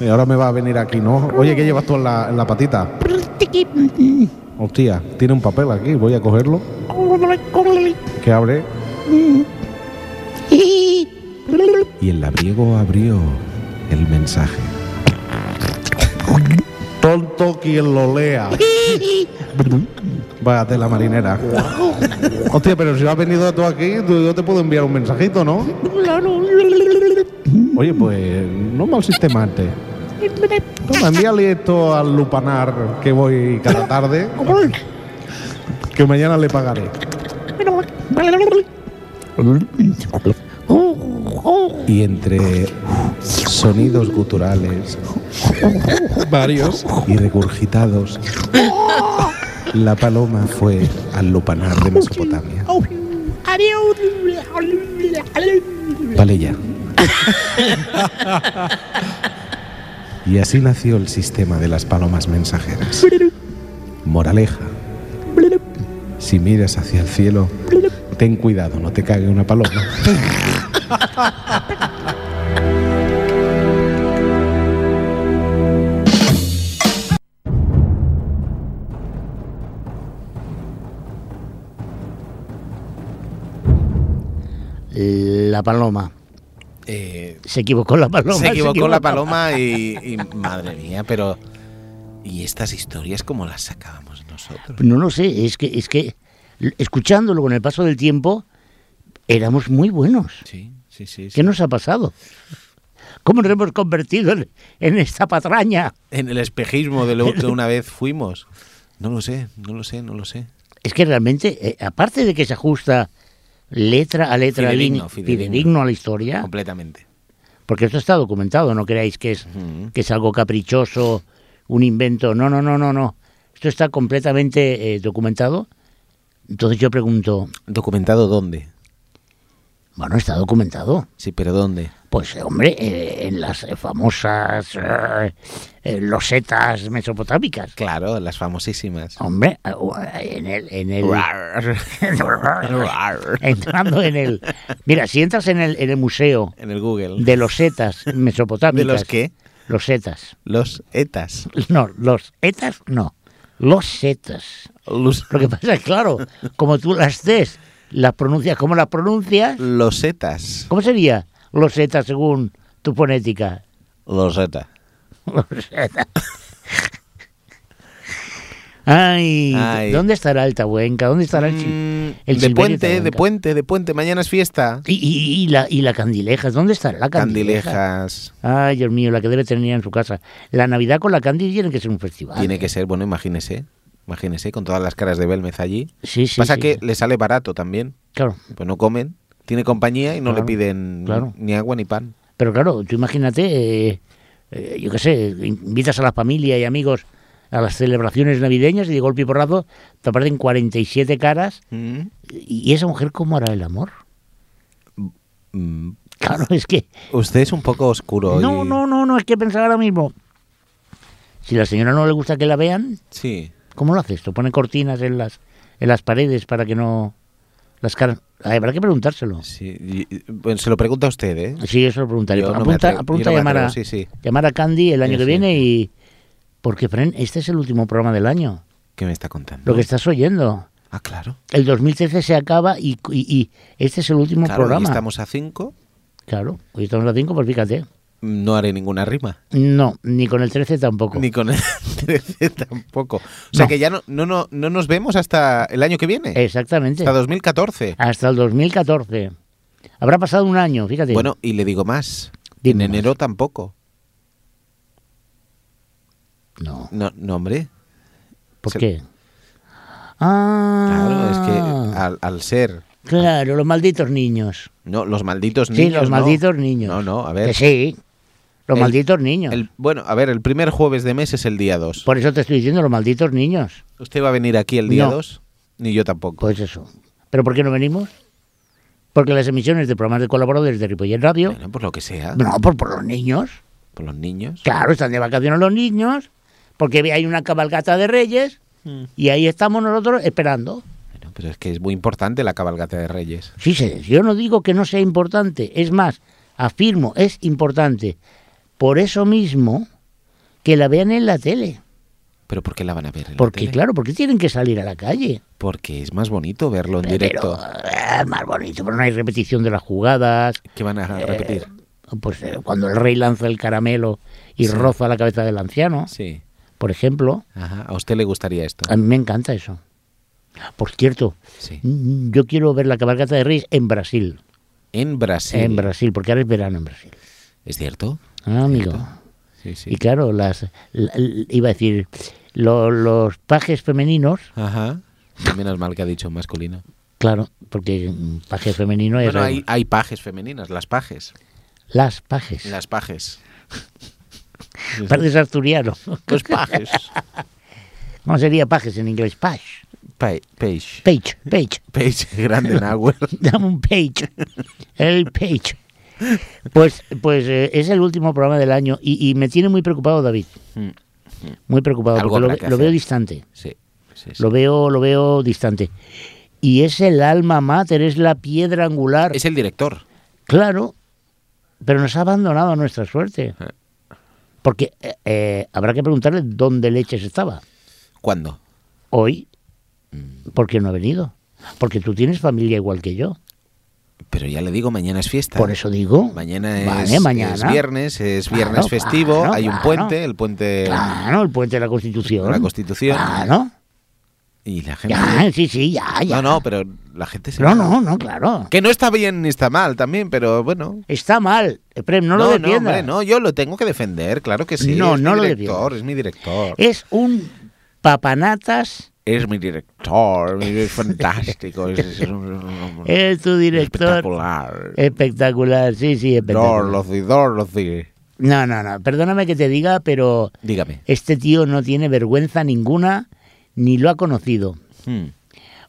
Speaker 1: Y ahora me va a venir aquí, ¿no? Oye, ¿qué llevas tú en la, en la patita? Hostia, tiene un papel aquí, voy a cogerlo. Que abre. Y el labriego abrió el mensaje. Tonto quien lo lea. Váyate la marinera. Hostia, pero si has venido tú aquí, tú- yo te puedo enviar un mensajito, ¿no? Oye, pues no mal sistema antes. Toma, envíale esto al lupanar que voy cada tarde. Que mañana le pagaré. Y entre sonidos guturales
Speaker 8: Varios.
Speaker 1: y regurgitados, la paloma fue al lupanar de Mesopotamia. Vale ya. Y así nació el sistema de las palomas mensajeras. Moraleja. Si miras hacia el cielo, ten cuidado, no te cague una paloma.
Speaker 2: La paloma.
Speaker 3: Eh,
Speaker 2: Se equivocó la paloma.
Speaker 3: se equivocó la paloma y, y madre mía, pero. ¿Y estas historias cómo las sacábamos nosotros?
Speaker 2: No lo sé, es que, es que l- escuchándolo con el paso del tiempo, éramos muy buenos.
Speaker 3: Sí, sí, sí. sí.
Speaker 2: ¿Qué nos ha pasado? ¿Cómo nos hemos convertido en, en esta patraña?
Speaker 3: En el espejismo de lo que una vez fuimos. No lo sé, no lo sé, no lo sé.
Speaker 2: Es que realmente, eh, aparte de que se ajusta letra a letra,
Speaker 3: Fidedigno,
Speaker 2: lin-
Speaker 3: fidedigno.
Speaker 2: fidedigno a la historia,
Speaker 3: Completamente.
Speaker 2: porque esto está documentado, no creáis que es, que es algo caprichoso, un invento, no, no, no, no, no. Esto está completamente eh, documentado. Entonces yo pregunto,
Speaker 3: ¿Documentado dónde?
Speaker 2: bueno, está documentado.
Speaker 3: Sí, pero ¿dónde?
Speaker 2: Pues eh, hombre, eh, en las eh, famosas eh, eh, losetas mesopotámicas.
Speaker 3: Claro, las famosísimas.
Speaker 2: Hombre, eh, u- en el... En el
Speaker 3: Rar. Rar.
Speaker 2: entrando en el... Mira, si entras en el, en el museo
Speaker 3: en el Google.
Speaker 2: de losetas mesopotámicas...
Speaker 3: ¿De los qué?
Speaker 2: Losetas.
Speaker 3: Los etas.
Speaker 2: No, los etas no. Los setas.
Speaker 3: Los,
Speaker 2: Lo que pasa es, claro, como tú las des, las pronuncias como las pronuncias,
Speaker 3: los etas.
Speaker 2: ¿cómo sería los setas según tu fonética?
Speaker 3: Los etas.
Speaker 2: Los setas. Ay,
Speaker 3: Ay.
Speaker 2: ¿dónde estará el Tabuenca? ¿Dónde estará el, chi-
Speaker 3: Mm,
Speaker 2: el
Speaker 3: de
Speaker 2: Silverio
Speaker 3: puente, de
Speaker 2: Tabuenca?
Speaker 3: puente, de puente. Mañana es fiesta.
Speaker 2: Y, y- y la, y la Candilejas, ¿dónde estará la Candilejas?
Speaker 3: Candilejas.
Speaker 2: Ay, Dios mío, la que debe tener en su casa. La Navidad con la Candy tiene que ser un festival.
Speaker 3: Tiene que ser, bueno, imagínese. Imagínese, con todas las caras de Belmez allí.
Speaker 2: Sí, sí,
Speaker 3: Pasa
Speaker 2: sí,
Speaker 3: que
Speaker 2: sí.
Speaker 3: le sale barato también.
Speaker 2: Claro,
Speaker 3: Pues no comen. Tiene compañía y no
Speaker 2: Claro,
Speaker 3: le piden
Speaker 2: claro.
Speaker 3: ni agua ni pan.
Speaker 2: Pero claro, tú imagínate, eh, eh, yo qué sé, invitas a la familia y amigos a las celebraciones navideñas y de golpe y porrazo te aparecen 47 caras
Speaker 3: Mm.
Speaker 2: y esa mujer cómo hará el amor?
Speaker 3: Mm.
Speaker 2: Claro, es que...
Speaker 3: Usted es un poco oscuro.
Speaker 2: No,
Speaker 3: y-
Speaker 2: no, no, no, es que pensaba ahora mismo. Si a la señora no le gusta que la vean,
Speaker 3: Sí.
Speaker 2: ¿cómo lo hace esto? ¿Pone cortinas en las, en las paredes para que no... Las caras... Ay, habrá que preguntárselo.
Speaker 3: sí. Y- y- bueno, se lo pregunta a usted, ¿eh?
Speaker 2: Sí, eso lo preguntaré.
Speaker 3: Yo no me
Speaker 2: apunta
Speaker 3: atrevo-
Speaker 2: apunta
Speaker 3: yo no
Speaker 2: a
Speaker 3: me
Speaker 2: llamar a,
Speaker 3: atrevo, sí, sí.
Speaker 2: llamar a Candy el año
Speaker 3: Sí,
Speaker 2: que
Speaker 3: sí.
Speaker 2: viene y... Porque, Fren, este es el último programa del año.
Speaker 3: ¿Qué me está contando?
Speaker 2: Lo que estás oyendo.
Speaker 3: Ah, claro.
Speaker 2: El 2013 se acaba y, y- y este es el último
Speaker 3: Claro,
Speaker 2: programa.
Speaker 3: hoy estamos a 5.
Speaker 2: Claro, hoy estamos a las 5, pues fíjate.
Speaker 3: No haré ninguna rima.
Speaker 2: No, ni con el 13 tampoco.
Speaker 3: Ni con el 13 tampoco. O
Speaker 2: Oh.
Speaker 3: sea
Speaker 2: No.
Speaker 3: que ya no, no, no, no nos vemos hasta el año que
Speaker 2: Eh.
Speaker 3: viene.
Speaker 2: Exactamente.
Speaker 3: Hasta 2014.
Speaker 2: Hasta el 2014. Habrá pasado un año, fíjate.
Speaker 3: Bueno, y le digo más.
Speaker 2: Dime
Speaker 3: en
Speaker 2: más.
Speaker 3: enero tampoco.
Speaker 2: No,
Speaker 3: No, no hombre.
Speaker 2: ¿por
Speaker 3: se-
Speaker 2: qué? Ah,
Speaker 3: Claro, es que al, al ser.
Speaker 2: Claro, los malditos niños.
Speaker 3: No, los malditos
Speaker 2: Sí,
Speaker 3: niños.
Speaker 2: los
Speaker 3: no.
Speaker 2: malditos niños.
Speaker 3: No, no, a
Speaker 2: Que
Speaker 3: ver.
Speaker 2: sí, los
Speaker 3: El-
Speaker 2: malditos niños.
Speaker 3: El- bueno, a ver, el primer jueves de mes es el día 2.
Speaker 2: Por eso te estoy diciendo los malditos niños.
Speaker 3: ¿Usted va a venir aquí el día
Speaker 2: No.
Speaker 3: 2? Ni yo tampoco.
Speaker 2: Pues eso. ¿Pero por qué no venimos? Porque las emisiones de programas de colaboradores de Ripollet Radio...
Speaker 3: Bueno, por lo que sea.
Speaker 2: No, por, por los niños.
Speaker 3: Por los niños.
Speaker 2: Claro, están de vacaciones los niños, porque hay una cabalgata de reyes y ahí estamos nosotros esperando.
Speaker 3: Bueno, pero es que es muy importante la cabalgata de Reyes.
Speaker 2: Sí, se- yo no digo que no sea importante, es más, afirmo, es importante. Por eso mismo que la vean en la tele.
Speaker 3: ¿Pero por qué la van a ver? en la
Speaker 2: Porque,
Speaker 3: tele?
Speaker 2: claro, porque tienen que salir a la calle.
Speaker 3: Porque es más bonito verlo en
Speaker 2: Pero,
Speaker 3: directo.
Speaker 2: eh, más bonito, pero no hay repetición de las jugadas.
Speaker 3: ¿Qué van a
Speaker 2: eh,
Speaker 3: repetir?
Speaker 2: Pues eh, cuando el rey lanza el caramelo y
Speaker 3: Sí.
Speaker 2: roza la cabeza del anciano,
Speaker 3: Sí.
Speaker 2: por ejemplo,
Speaker 3: Ajá. A usted le gustaría esto.
Speaker 2: a mí me encanta eso. Por cierto,
Speaker 3: Sí.
Speaker 2: mm, yo quiero ver la cabalgata de reyes en Brasil.
Speaker 3: En Brasil.
Speaker 2: En Brasil, porque ahora es verano en Brasil.
Speaker 3: ¿Es cierto?
Speaker 2: Ah, amigo.
Speaker 3: Sí, sí.
Speaker 2: Y claro, las la- l- iba a decir, lo- los pajes femeninos,
Speaker 3: Ajá. Menos mal que ha dicho masculino.
Speaker 2: claro, porque mm, paje femenino es...
Speaker 3: Bueno, hay, hay pajes femeninas, las pajes.
Speaker 2: Las pajes.
Speaker 3: Las pajes.
Speaker 2: Pajes asturiano.
Speaker 3: Los pajes.
Speaker 2: ¿Cómo sería pajes en inglés? Page.
Speaker 3: Pa- Page.
Speaker 2: Page, page.
Speaker 3: Page, grande Nahuel.
Speaker 2: Dame un page. El page. Pues, pues eh, es el último programa del año y, y me tiene muy preocupado David.
Speaker 3: Mm.
Speaker 2: Muy preocupado,
Speaker 3: Algo
Speaker 2: porque lo,
Speaker 3: habrá
Speaker 2: ve-
Speaker 3: que
Speaker 2: lo veo
Speaker 3: hacer.
Speaker 2: distante.
Speaker 3: Sí. sí, sí.
Speaker 2: Lo veo, lo veo distante. Y es el alma mater, es la piedra angular.
Speaker 3: Es el director.
Speaker 2: Claro, pero nos ha abandonado a nuestra suerte. Porque eh, eh, habrá que preguntarle dónde leches estaba.
Speaker 3: ¿Cuándo?
Speaker 2: Hoy, ¿por qué no ha venido? Porque tú tienes familia igual que yo.
Speaker 3: Pero ya le digo, mañana es fiesta.
Speaker 2: Por eso digo.
Speaker 3: Mañana es,
Speaker 2: Vale, mañana.
Speaker 3: es viernes, es
Speaker 2: Claro,
Speaker 3: viernes festivo,
Speaker 2: claro,
Speaker 3: hay un
Speaker 2: claro.
Speaker 3: puente, el puente
Speaker 2: Claro, el puente de la Constitución.
Speaker 3: de la Constitución.
Speaker 2: Claro.
Speaker 3: Y la gente.
Speaker 2: Ya, sí, sí, ya, ya.
Speaker 3: No, no, pero la gente se.
Speaker 2: no,
Speaker 3: va.
Speaker 2: no, no, claro.
Speaker 3: Que no está bien ni está mal también, pero bueno.
Speaker 2: Está mal. Efrem, no, lo
Speaker 3: no,
Speaker 2: defiendas.
Speaker 3: hombre, no, yo lo tengo que defender, claro que sí.
Speaker 2: No,
Speaker 3: es
Speaker 2: no
Speaker 3: mi
Speaker 2: lo
Speaker 3: director,
Speaker 2: defiendas. Eh,
Speaker 3: es mi director.
Speaker 2: Es un papanatas.
Speaker 3: Es mi director, mi- es fantástico. Es, es un-
Speaker 2: Es eh, tu director.
Speaker 3: Espectacular.
Speaker 2: Espectacular, sí, sí, espectacular.
Speaker 3: Dorothy, Dorothy.
Speaker 2: No, no, no. Perdóname que te diga, pero
Speaker 3: Dígame.
Speaker 2: este tío no tiene vergüenza ninguna, ni lo ha conocido.
Speaker 3: Hmm.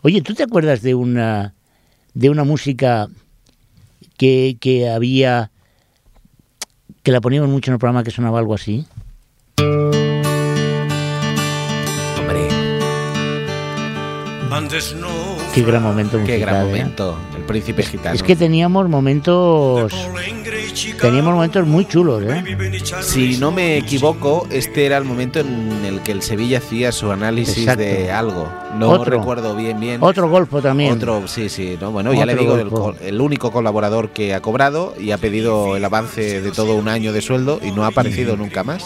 Speaker 2: Oye, ¿tú te acuerdas de una de una música que, que había que la poníamos mucho en el programa que sonaba algo así?
Speaker 3: Hombre,
Speaker 2: Qué gran momento musical.
Speaker 3: qué gran
Speaker 2: ¿eh?
Speaker 3: momento. El príncipe gitano.
Speaker 2: Es que teníamos momentos teníamos momentos muy chulos, ¿eh?
Speaker 3: Si no me equivoco, este era el momento en el que el Sevilla hacía su análisis
Speaker 2: Exacto.
Speaker 3: de algo. No
Speaker 2: Otro.
Speaker 3: recuerdo bien, bien.
Speaker 2: Otro golfo también.
Speaker 3: Otro, sí, sí. No, bueno, ya le
Speaker 2: Otro
Speaker 3: digo, el,
Speaker 2: golfo.
Speaker 3: co- el único colaborador que ha cobrado y ha pedido el avance de todo un año de sueldo y no ha aparecido nunca más.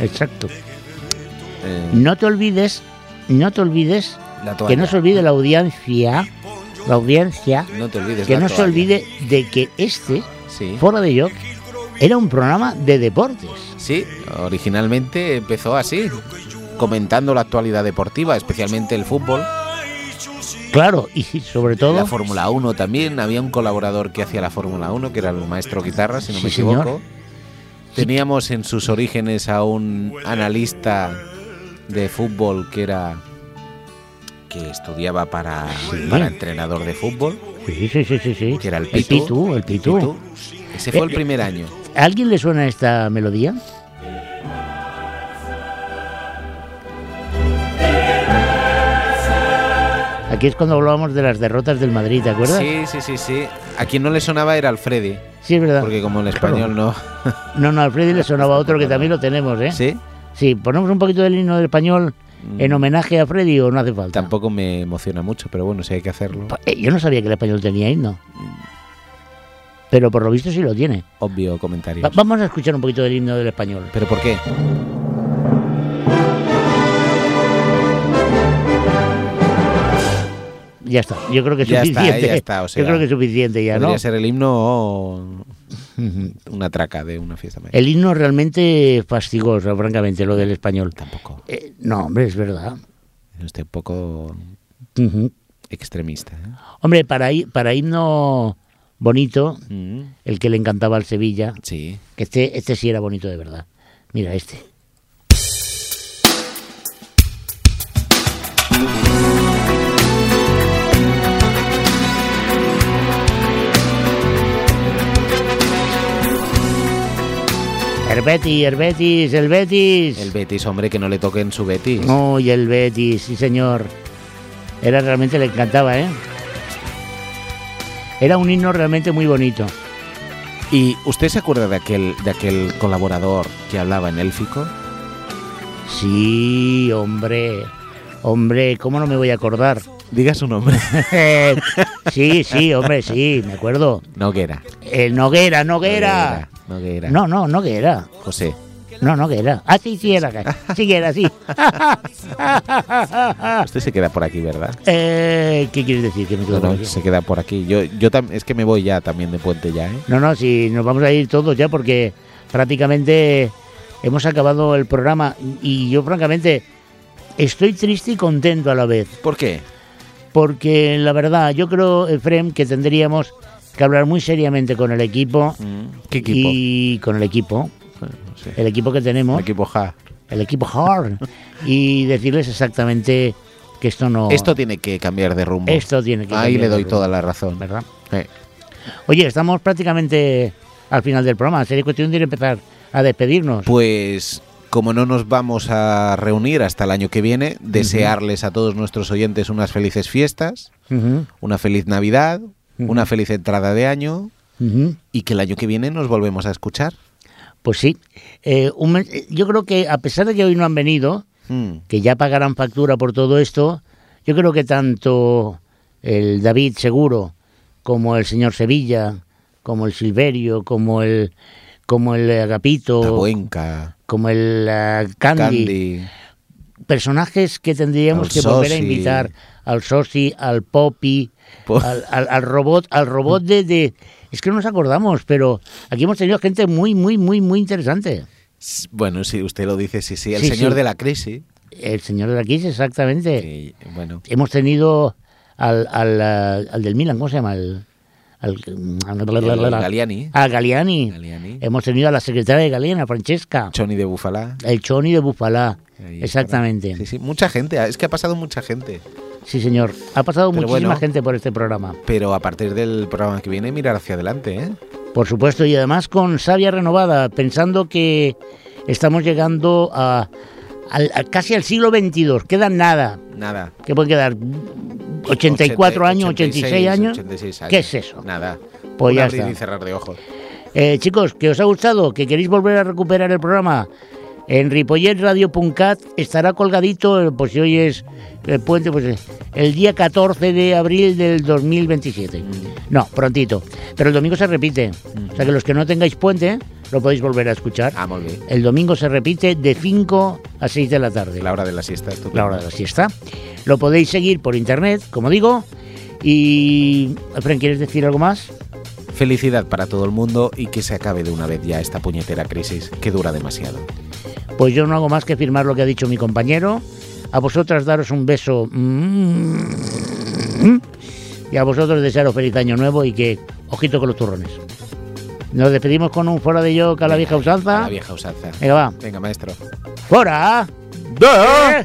Speaker 2: Exacto.
Speaker 3: Eh,
Speaker 2: No te olvides, no te olvides
Speaker 3: la toalla.
Speaker 2: Mm. que no se olvide la audiencia, la audiencia
Speaker 3: No te olvides.
Speaker 2: que
Speaker 3: la
Speaker 2: no se
Speaker 3: toalla.
Speaker 2: olvide de que este
Speaker 3: Sí.
Speaker 2: Fora de Joc era un programa de deportes.
Speaker 3: Sí, originalmente empezó así, comentando la actualidad deportiva, especialmente el fútbol.
Speaker 2: Claro, y sobre todo
Speaker 3: La Fórmula 1 también, había un colaborador que hacía la Fórmula 1, que era el maestro guitarra, si no
Speaker 2: Sí,
Speaker 3: me
Speaker 2: señor.
Speaker 3: equivoco. Teníamos en sus orígenes a un analista de fútbol que era que estudiaba para, para entrenador de fútbol,
Speaker 2: Sí, sí, sí, sí, sí.
Speaker 3: que era el
Speaker 2: El
Speaker 3: Pitu.
Speaker 2: Pitu, el Pitu. Eh,
Speaker 3: Ese fue el primer año.
Speaker 2: ¿A alguien le suena esta melodía? Aquí es cuando hablábamos de las derrotas del Madrid, ¿te acuerdas?
Speaker 3: Sí, sí, sí, sí. A quien no le sonaba era Alfredi,
Speaker 2: Sí, es verdad.
Speaker 3: porque como el español no...
Speaker 2: No, no, al Freddy le sonaba otro que también lo tenemos, ¿eh?
Speaker 3: ¿Sí? Mm.
Speaker 2: Sí, ponemos un poquito del himno del español en homenaje a Freddy o no hace falta.
Speaker 3: Tampoco me emociona mucho, pero bueno, si hay que hacerlo,
Speaker 2: Pa- eh, Yo no sabía que el español tenía himno. Pero por lo visto sí lo tiene.
Speaker 3: obvio comentario.
Speaker 2: Va- vamos a escuchar un poquito del himno del español.
Speaker 3: ¿Pero por qué?
Speaker 2: Ya está, yo creo que es
Speaker 3: Ya está,
Speaker 2: suficiente.
Speaker 3: eh, ya está, o sea,
Speaker 2: yo creo que es suficiente ya,
Speaker 3: Podría
Speaker 2: ¿no?
Speaker 3: ser el himno o una traca de una fiesta mayor.
Speaker 2: El himno es realmente fastigoso, francamente, lo del español.
Speaker 3: Tampoco.
Speaker 2: Eh, no, hombre, es verdad. Eh.
Speaker 3: Usted un Este poco
Speaker 2: Ujú.
Speaker 3: extremista. ¿eh?
Speaker 2: Hombre, para, hi- para himno bonito,
Speaker 3: Mm,
Speaker 2: el que le encantaba al Sevilla,
Speaker 3: Sí.
Speaker 2: que este, este sí era bonito de verdad. Mira, este. El Betis, el Betis, el Betis.
Speaker 3: El Betis, hombre, que no le toquen su Betis.
Speaker 2: Uy, el Betis, sí señor. Era realmente, le encantaba, ¿eh? Era un himno realmente muy bonito.
Speaker 3: ¿Y usted se acuerda de aquel, de aquel colaborador que hablaba en élfico?
Speaker 2: Sí, hombre. Hombre, ¿cómo no me voy a acordar?
Speaker 3: Diga su nombre.
Speaker 2: sí, sí, hombre, sí, me acuerdo.
Speaker 3: Noguera.
Speaker 2: El Noguera, Noguera.
Speaker 3: Noguera.
Speaker 2: No, no, Noguera.
Speaker 3: José.
Speaker 2: No, Noguera. Ah, sí, sí, era. Sí, que era, sí.
Speaker 3: Usted se queda por aquí, ¿verdad?
Speaker 2: Eh, ¿Qué quieres decir? Que me
Speaker 3: No,
Speaker 2: quedo
Speaker 3: no,
Speaker 2: con eso?
Speaker 3: se queda por aquí. Yo, yo tam- es que me voy ya también de puente ya, ¿eh?
Speaker 2: No, no, sí, nos vamos a ir todos ya porque prácticamente hemos acabado el programa y yo francamente estoy triste y contento a la vez.
Speaker 3: ¿Por qué?
Speaker 2: Porque la verdad, yo creo, Efrem, que tendríamos que hablar muy seriamente con el equipo.
Speaker 3: Mm, ¿Qué equipo?
Speaker 2: Y con el equipo,
Speaker 3: Bueno, no sé.
Speaker 2: el equipo que tenemos,
Speaker 3: El equipo Ja.
Speaker 2: el equipo hard, y decirles exactamente que esto no...
Speaker 3: Esto tiene que cambiar de rumbo.
Speaker 2: esto tiene que...
Speaker 3: Ahí
Speaker 2: cambiar
Speaker 3: le
Speaker 2: de
Speaker 3: doy
Speaker 2: rumbo,
Speaker 3: toda la razón.
Speaker 2: ¿Verdad?
Speaker 3: Eh,
Speaker 2: Oye, estamos prácticamente al final del programa. Sería cuestión de ir a empezar a despedirnos.
Speaker 3: Pues como no nos vamos a reunir hasta el año que viene, desearles a todos nuestros oyentes unas felices fiestas,
Speaker 2: Ujú,
Speaker 3: una feliz Navidad,
Speaker 2: Ujú.
Speaker 3: una feliz entrada de año
Speaker 2: ujú.
Speaker 3: y que el año que viene nos volvemos a escuchar.
Speaker 2: Pues sí. Eh, un men- eh, yo creo que a pesar de que hoy no han venido,
Speaker 3: Mm,
Speaker 2: que ya pagarán factura por todo esto, yo creo que tanto el David Seguro como el señor Sevilla, como el Silverio, como el como el Agapito,
Speaker 3: Tabuenca,
Speaker 2: como el ah, Candy,
Speaker 3: Candy,
Speaker 2: personajes que tendríamos
Speaker 3: Al
Speaker 2: que volver a
Speaker 3: Sosi.
Speaker 2: invitar al Sosi, al Poppy,
Speaker 3: Po-
Speaker 2: al, al- al robot, al robot de, de- Es que no nos acordamos, pero aquí hemos tenido gente muy, muy, muy, muy interesante.
Speaker 3: S- Bueno, si usted lo dice, sí, sí. El
Speaker 2: Sí,
Speaker 3: señor
Speaker 2: sí.
Speaker 3: de la crisis.
Speaker 2: El señor de la Kiss, exactamente.
Speaker 3: que, bueno,
Speaker 2: Hemos tenido al, al, eh, al del Milan, ¿cómo se llama? Al, al-
Speaker 3: el Galiani.
Speaker 2: A Galiani.
Speaker 3: Galiani.
Speaker 2: Hemos tenido a la secretaria de Galiani, a Francesca.
Speaker 3: Johnny de Bufalá.
Speaker 2: El Choni de Bufalá.
Speaker 3: Ahí está.
Speaker 2: Exactamente.
Speaker 3: Sí,
Speaker 2: Sí,
Speaker 3: sí, mucha gente. Es que ha pasado mucha gente.
Speaker 2: señor. Ha pasado
Speaker 3: Pero
Speaker 2: muchísima
Speaker 3: bueno.
Speaker 2: gente por este programa.
Speaker 3: Pero a partir del programa que viene, mirar hacia adelante, ¿eh?
Speaker 2: Por supuesto, y además con savia renovada, pensando que estamos llegando a, al- a casi al siglo XXII. Queda nada.
Speaker 3: Nada.
Speaker 2: ¿Qué pueden quedar? 84
Speaker 3: 80,
Speaker 2: años, 86, años.
Speaker 3: 86 años.
Speaker 2: ¿Qué es eso?
Speaker 3: Nada.
Speaker 2: Pues
Speaker 3: Un
Speaker 2: ya
Speaker 3: abrir
Speaker 2: está.
Speaker 3: y cerrar de ojos.
Speaker 2: Eh, chicos, que os ha gustado, que queréis volver a recuperar el programa, en ripolletradio.cat estará colgadito, eh, pues si hoy es el puente, pues eh, el día 14 de abril del 2027. No, prontito. Pero el domingo se repite. O sea que los que no tengáis puente, lo podéis volver a escuchar.
Speaker 3: Ah, muy bien.
Speaker 2: El domingo se repite de 5 a 6 de la tarde
Speaker 3: La hora de la siesta. estupendo.
Speaker 2: la hora de la siesta. Lo podéis seguir por internet, como digo. Y, Fran, ¿quieres decir algo más?
Speaker 3: Felicidad para todo el mundo y que se acabe de una vez ya esta puñetera crisis que dura demasiado.
Speaker 2: Pues yo no hago más que firmar lo que ha dicho mi compañero. A vosotras daros un beso. Mm. Y a vosotros desearos feliz año nuevo y que ojito con los turrones. Nos despedimos con un fuera de yo a la vieja
Speaker 3: A
Speaker 2: usanza.
Speaker 3: La vieja usanza.
Speaker 2: Venga, va.
Speaker 3: Venga, maestro.
Speaker 2: ¡Fuera! ¿Eh?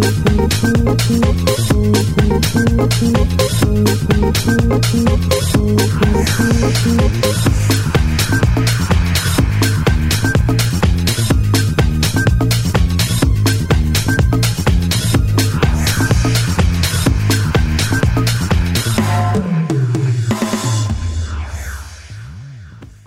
Speaker 9: Thank